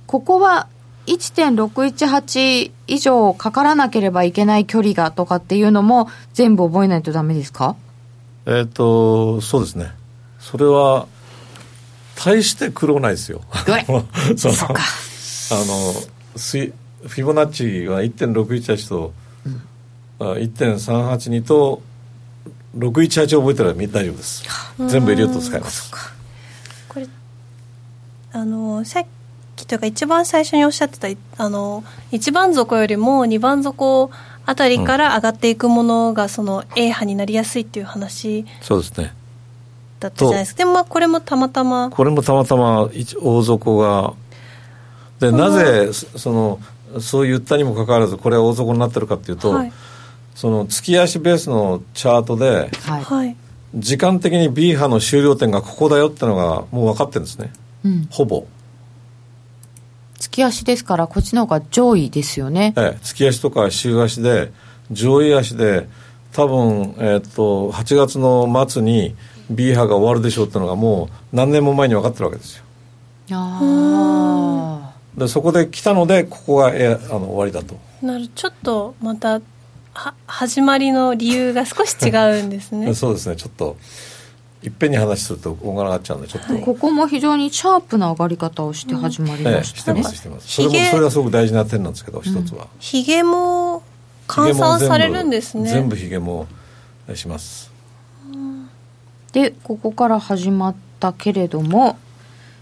A: ここは1.618以上かからなければいけない距離がとかっていうのも全部覚えないとダメですか
D: えっ、とそうですねそれは大して苦労ないで
C: <laughs>
D: すよ
A: ぐい
D: <laughs> その
A: そっか
D: あのスイフィボナッチは1.618と、あ1.382と618を覚えてればみ大丈夫です全部エリオット使います
C: これあのさっきというか一番最初におっしゃってたいあの一番底よりも二番底あたりから上がっていくものがその A 波になりやすいっていう話
D: そうですね
C: だったじゃないですかでもまあこれもたまたま
D: これもたまたま一大底がでなぜそそのそう言ったにもかかわらずこれは大底になってるかっていうと、
C: はい
D: その月足ベースのチャートで
A: はい、
C: はい
D: 時間的に B 波の終了点がここだよってのがもう分かってるんですね
A: うん、
D: ほぼ、
A: 月足ですからこっちの方が上位ですよね
D: ええ、月足とか週足で上位足で多分、えっと8月の末に B 波が終わるでしょうってのがもう何年も前に分かってるわけですよ
A: あ
D: でそこで来たのでここが、えあの終わりだと
C: なるちょっとまたは始まりの理由が少し違うんですね
D: <laughs> そうですねちょっといっぺんに話するとこんがらがっちゃうんでちょっと、
A: あここも非常にシャープな上がり方をして始まり
D: え
A: ま
D: え、
A: し
D: して
A: たね、
D: ますしてますそれも
C: ひげ
D: それがすごく大事な点なんですけど一つは、
C: ひげも
D: ひげ
C: 換
D: も
C: 算
D: 全部
C: されるんですね
D: 全部ひげもえします
A: でここから始まったけれども、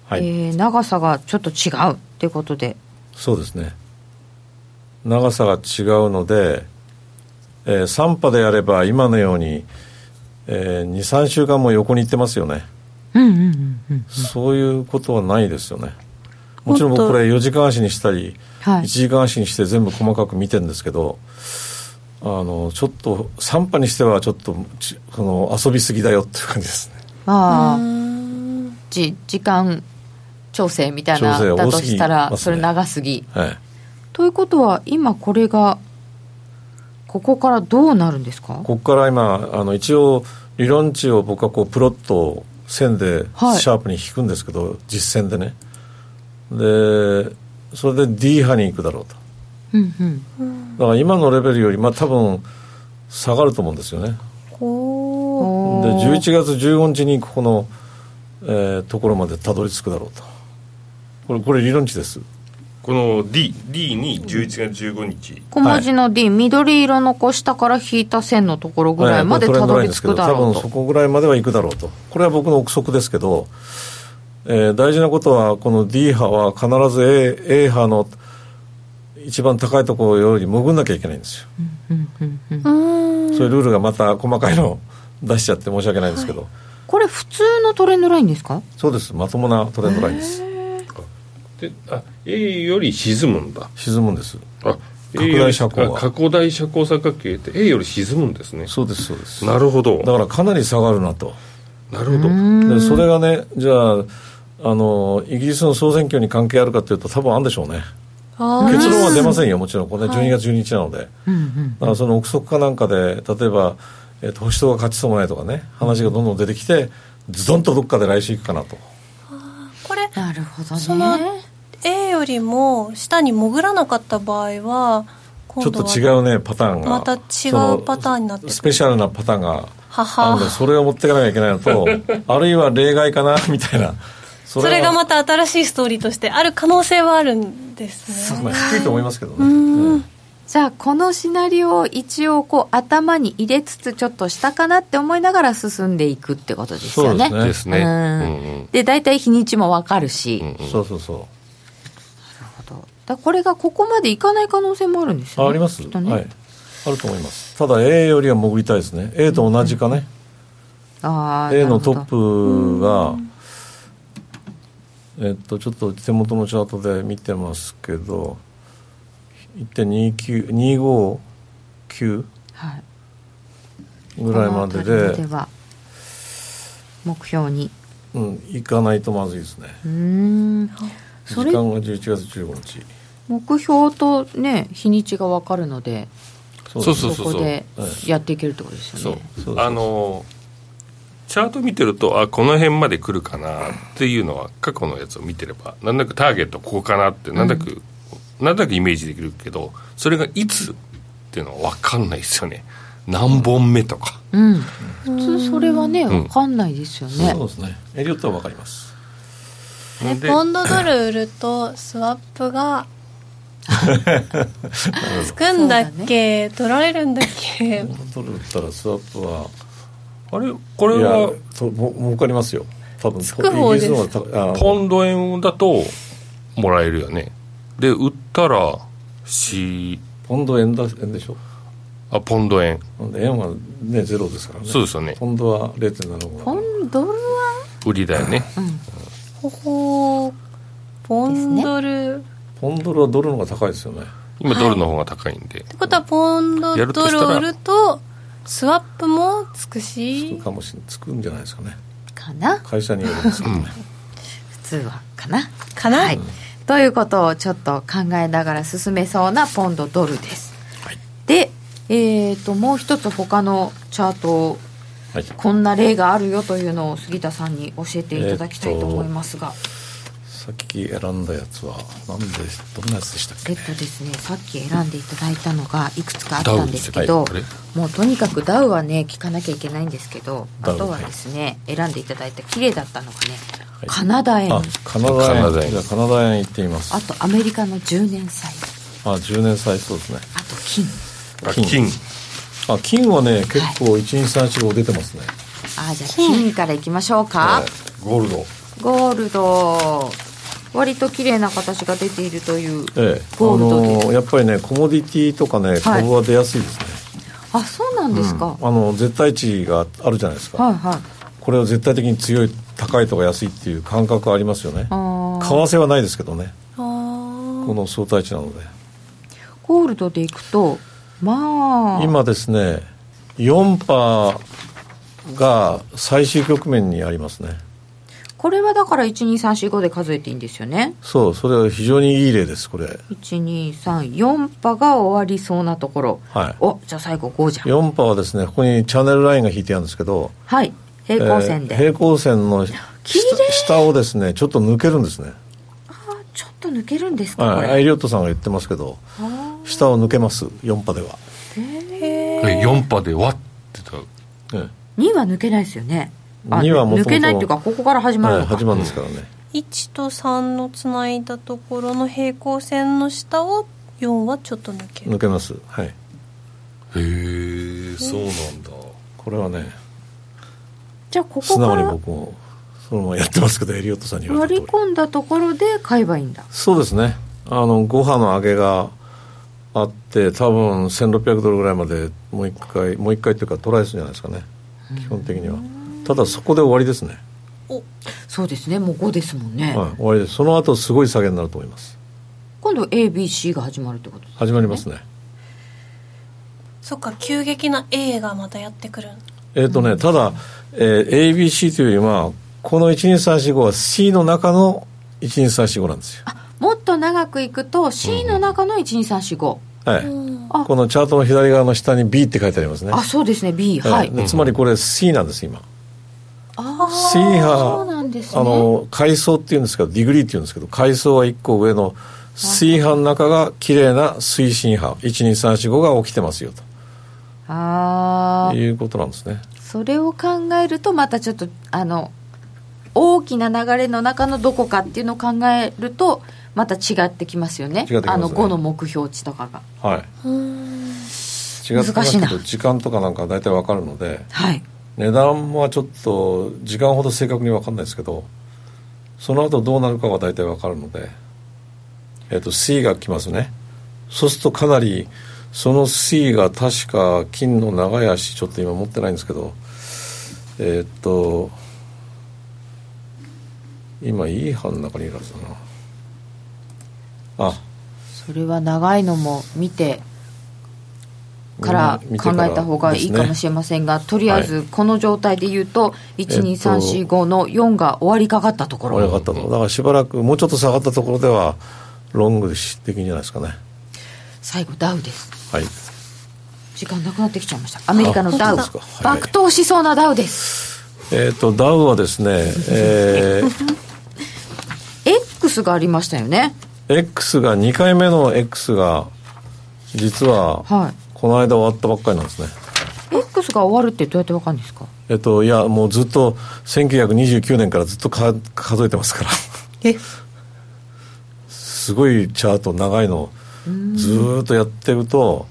D: はい、
A: えー長さがちょっと違うってことで
D: そうですね長さが違うので、えー、3波でやれば今のように、えー、23週間も横に行ってますよね、
A: うんうんうんうん
D: そういうことはないですよねもちろん
C: も
D: 僕
C: っ
D: ことれ4時間足にしたり、
A: はい
D: 1時間足にして全部細かく見てるんですけどあのちょっと3波にしてはちょっとちこの遊びすぎだよっていう感じですね
A: まあ
C: うーん
A: じ時間調整みたいな
D: 調整
A: だ
D: 多
A: と
D: すぎ
A: したら、
D: ます
A: そ
D: ね
A: れ長すぎ
D: はい
A: ということは今これがここからどうなるんですか
D: ここから今あの一応理論値を僕はこうプロット線で
A: はい
D: シャープに引くんですけど、実線でねでそれで D 波に行くだろうと
A: うんうん
D: だから今のレベルよりまあ多分下がると思うんですよね
C: こう
D: で
A: おー
D: 11月15日にここの、えーところまでたどり着くだろうとこれこれ理論値です
B: この D, D に11月15日
A: 小文字の D、緑色のこう下から引いた線のところぐらいまで
D: は
A: た
D: これトレンド
A: ど
D: ライ
A: り
D: ンで
A: 着
D: すけど
A: くだろうと、
D: 多分そこぐらいまでは行くだろうとこれは僕の憶測ですけど、えー大事なことはこの D 波は必ず A, A 波の一番高いところより潜んなきゃいけないんですよ、
A: うんうんうん
D: そういうルールがまた細かいのを出しちゃって申し訳ないんですけど、
A: これ普通のトレンドラインですか
D: そうですまともなトレンドラインです、
B: であ A より沈むんだ
D: 沈むんです
B: あ
D: 拡大斜行は
B: あ拡大斜行三角形って A より沈むんですね
D: そうですそうです
B: なるほど
D: だからかなり下がるなと
B: なるほど
D: でそれがねじゃああのイギリスの総選挙に関係あるかというと多分あるんでしょうね
C: あ
D: 結論は出ま
C: ん
D: せんよもちろんこれ12月12日なので、
A: うんうん
D: だからその憶測かなんかで例えば、えっと保守党が勝ちそうもないとかね話がどんどん出てきてズドンとどっかで来週行くかなと
C: これ
A: なるほど
C: その
A: ね
C: A よりも下に潜らなかった場合は
D: ち
C: 今
D: ょっ
C: 度は
D: と違うねパターンが
C: また違う
D: その
C: パターンになってくる
D: スペシャルなパターンが
C: 母
D: あるのでそれを持っていかなきゃいけないのと
C: <laughs>
D: あるいは例外かなみたいなそ
C: それがまた新しいストーリーとしてある可能性はあるんですね
D: まあ低いと思いますけどね、
C: うん
A: じゃあこのシナリオを一応こう頭に入れつつちょっとしたかなって思いながら進んでいくってことですよね。
D: そう
B: で
D: です
B: ね。
A: う
B: うんん
A: で大体日にちもわかるし、
B: うんうん
D: そうそうそ
A: だこれがここまでいかない可能性もあるんですよ、
D: う
A: ね、
D: ああります、
A: きっとね、
D: はいあると思いますただ A よりは潜りたいですね A と同じかね、
A: ああ
D: A のトップが、えっと、ちょっと手元のチャートで見てますけど、1.29 259
A: はい、
D: ぐらいまで
A: この辺り
D: で、
A: は目標に
D: うん、いかないとまずいですね。
A: うーん
D: 時
A: そ
D: 間
A: れ
D: が11月15日。
A: 目標とね日にちがわかるので
D: そ
B: そう
D: です
B: そう
A: そ
B: そうそう
A: こでやっていけるってことです
B: そ
A: よ
B: う
A: ね、
D: そうそう
B: あのチャート見てるとあこの辺まで来るかなっていうのは過去のやつを見てればなんとなくターゲットここかなってなんとなく、なんとなくイメージできるけどそれがいつっていうのは分かんないですよね何本目とか、
A: う、ん、普通それはね
B: ん
A: わかんないですよね、
D: そうですね。エリオットはわかります。
B: で
C: でポンドドル売るとスワップ
D: <laughs>
C: がつくんだっけ取られるんだっけ
D: 取るったらスワップは、
B: あれこれ
D: いや
B: は、
D: とも儲かりますよ。多分、イギリ
C: く方です
D: スの方が高いあ
B: ポンド円だともらえるよねで売ったらし
D: ポンド円だ円でしょ。
B: あポンド円
D: なんで円はね、ゼロですからね。
B: そうですよね
D: ポンドは0.75。
A: ポンドルは
B: 売りだよね
C: ほほーポンドル、
D: ポンドルはドルの方が高いですよね。
B: 今ドルの方が高いんで、
C: ってことはポンド
B: やると
C: ド
B: した
C: ル
B: ら
C: を売るとスワップもつくし
D: かもしれつくんじゃないですかね。
A: かな
D: 会社によるんですけどね。
A: 普通はかな
C: かな、
A: はい、ということをちょっと考えながら進めそうなポンドドルです、で、えー、ともう一つ他のチャートを
D: はい。
A: こんな例があるよというのを杉田さんに教えていただきたいと思いますが、
D: さっき選んだやつは、なんで、どんなやつでしたっ
A: え
D: け、
A: っとですね、さっき選んでいただいたのがいくつかあったんですけ
B: ダ
A: ど
B: ウですね
A: もうとにかくダウはね聞かなきゃいけないんですけど
D: ダ
A: あ
D: ウ
A: とはですね選んでいただいた綺麗だったのがね、
D: い
A: カナダ円あ
D: あ、カナダ円。
B: カナダ円
D: じゃあカナダ円行ってみます。あ、
A: とアメリカの10年債
D: 10年債そうですね。
A: あと金
B: あ金
D: あ、金はね、結構、1、2、3、4、5出てますね。
A: あじゃあ金からいきましょうか、
B: ゴールド
A: ゴールド割と綺麗な形が出ているという
D: ええ。
A: ゴールド
D: あ
A: で
D: の、やっぱりね、コモディティとかね、株は出やすいですね。
A: あそうなんですか、
D: あの、絶対値があるじゃないですか。
A: はいはい
D: これは絶対的に強い、高いとか安いっていう感覚ありますよね。為
A: あー
D: 替はないですけどね。
C: あー
D: この相対値なので。
A: ゴールドでいくとまあ
D: 今ですね4波が最終局面にありますね
A: これはだから12345で数えていいんですよね
D: そうそれは非常にいい例ですこれ
A: 1234波が終わりそうなところ、
D: はい
A: おじゃあ最後5じゃん
D: 4波はですねここにチャンネルラインが引いてあるんですけど
A: はい平行線で、
D: えー平行線の下
A: 綺麗
D: 下をですねちょっと抜けるんですね
A: あちょっと抜けるんですかこ
D: はい
A: れ、
D: アイリオットさんが言ってますけど
A: あ
D: 下を抜けます4波では、
B: え4波で割ってた
D: え
A: 2は抜けないですよねあ
D: 二はもともと
A: 抜けないっていうかここから始
D: え
A: まる
D: は
A: の
D: い、
A: か、
D: 始まるんですからね、
C: 1と3のつないだところの平行線の下を4はちょっと抜ける
D: 抜けますはい
B: へえそうなんだ
D: これはね
A: じゃあここ
D: 素
A: か
D: 直に
A: ら
D: 僕もそのままやってますけどエリオットさんに言われた
A: 割
D: 通
A: り
D: り
A: 込んだところで買えばいいんだ
D: そうですね。あの、5波の上げがあって、多分1600ドルぐらいまでもう一回、もう一回というかトライするんじゃないですかね。基本的には。ただそこで終わりですね。
A: そうですねもう5ですもんね、
D: はい、終わりです。その後すごい下げになると思います。
A: 今度 ABC が始まるってこと
D: 始まりますね。
C: そっか急激な A がまたやってくる
D: えっ、とね、ただ、えー ABC というよりは、この12345は C の中の12345なんですよ。
A: もっと長くいくと C の中の12345、
D: はい。
A: あ
D: このチャートの左側の下に B って書いてありますね。
A: あそうですね B
D: は
A: はいい、
D: でつまりこれ C なんです、今。
A: ああ
D: C 波
A: そうなんですね
D: あの階層っていうんですけどディグリーっていうんですけど階層は1個上の水波の中が綺麗な推進波12345が起きてますよ
A: あ
D: と
A: ー
D: いうことなんですね
A: それを考えるとまたちょっとあの大きな流れの中のどこかっていうのを考えるとまた違ってきますよね
D: 違ってきますね
A: あの5の目標値とかが
D: はい違ってま
A: 難し
D: す
A: いな
D: けど時間とかなんか大体わかるので
A: はい
D: 値段はちょっと時間ほど正確にわかんないですけどその後どうなるかは大体わかるので、えっと C が来ますねそうするとかなりその C が確か金の長い足ちょっと今持ってないんですけどえっと今いい班の中にいるはずだなあ
A: それは長いのも見てから
D: 見て
A: 考
D: から
A: えた方がいいかもしれませんが、とりあえ
D: は
A: ずこの状態で言うと、
D: えっと
A: 12345の4が終わりかかったとこ
D: これ
A: ろ
D: があったのだからしばらくもうちょっと下がったところではロングできんじゃないですかね
A: 最後ダウです
D: はい
A: 時間なくなってきちゃいましたアメリカのダウ
D: あ本当ですかはい
A: 爆投しそうなダウです
D: えっ、とダウはですね、えー
A: X がありましたよね
D: X が2回目の X が実は
A: はい
D: この間終わったばっかりなんですね
A: X が終わるってどうやってわかるんですか
D: えっ、といやもうずっと1929年からずっとか数えてますから
C: え
D: すごいチャート長いのずーっとやってると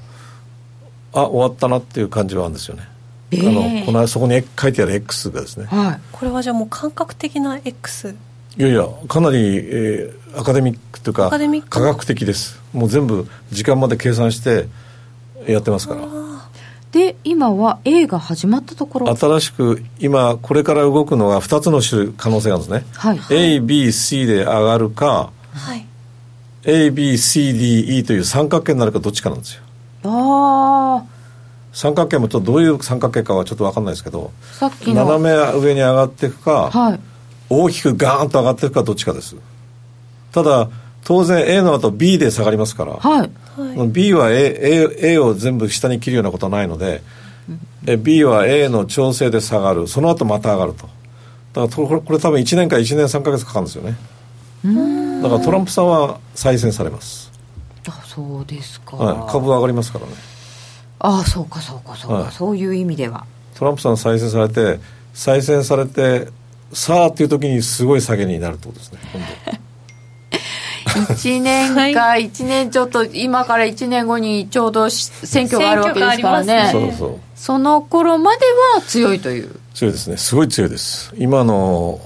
D: あ終わったなっていう感じはあるんですよね、
A: え
D: あの
A: え
D: この間そこに書いてある X がですね
A: はい
C: これはじゃあもう感覚的な X
D: いやいやかなり、えーアカデミックというか
C: アカデミック
D: 科学的ですもう全部時間まで計算してやってますから
A: で今は A が始まったところ
D: 新しく今これから動くのが2つの種可能性があるんですね、
A: はい
D: ABC で上がるか
C: はい
D: ABCDE という三角形になるかどっちかなんですよ
A: ああ
D: 三角形もちょっとどういう三角形かはちょっと分かんないですけど
A: さっきの
D: 斜め上に上がっていくか、
A: はい
D: 大きくガーンと上がっていくかどっちかですただ当然 A の後 B で下がりますから、
A: はい
D: B は A, A, A を全部下に切るようなことはないので、え B は A の調整で下がるその後また上がるとだからとこれこれ多分1年か1年3か月かかるんですよねだからトランプさんは再選されます、
A: あそうですか、
D: はい、株は上がりますからね
A: ああそうかそうかそうか、
D: はい
A: そういう意味で
D: <laughs>
A: は
D: トランプさん再選されて再選されてさあっていう時にすごい下げになるってことですね今度
A: 1年か
C: は
A: 1年ちょっと今から1年後にちょうどし選挙があるわけですから
C: 選挙があ
A: ね
C: ります
D: そ
C: ね
D: うそう
A: その頃までは強いという
D: 強いですねすごい強いです今の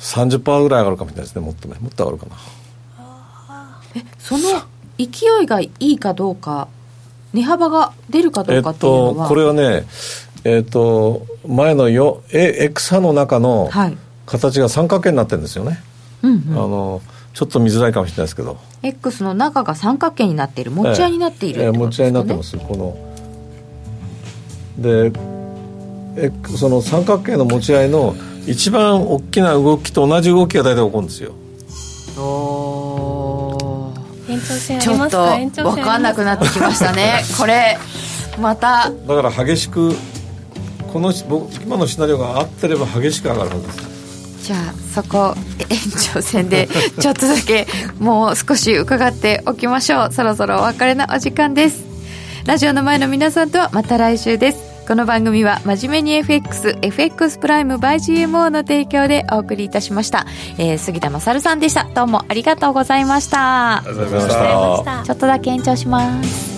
D: 30%ぐらい上がるかもしれないですねもっとねもっと上がるかな
A: えその勢いがいいかどうか値幅が出るかど
D: え
A: う
D: っ
A: かっていうの
D: と
A: は、
D: これはねえっと前のよ A- X 波の中の
A: はい
D: 形が三角形になってるんですよね、
A: うんう
D: あ
A: ん、
D: のちょっと見づらいかもしれないですけど
A: X の中が三角形になっている持ち合いになっている
D: ええ
A: ってこと
D: 持
A: ですかね
D: ち合いになってますこのでえその三角形の持ち合いの一番大きな動きと同じ動きが大体起こるんですよ
A: おー
C: 延長戦あ
A: ち
C: り
A: ょ
C: ま
A: っ
C: す
A: と
C: か延長戦あります
A: わかんなくなってきましたねこれまた
D: だから激しくこのし僕今のシナリオが合ってれば激しく上がるはずです
A: じゃあそこえ延長戦
D: <laughs>
A: でちょっとだけもう少し伺っておきましょうそろそろお別れのお時間ですラジオの前の皆さんとはまた来週ですこの番組は「真面目に FXFX プライム by GMO」の提供でお送りいたしました、えー杉田勝さんでしたどうもありがとうございました
D: ありがとうございま
C: ありがとうございました
A: ちょっとだけ延長します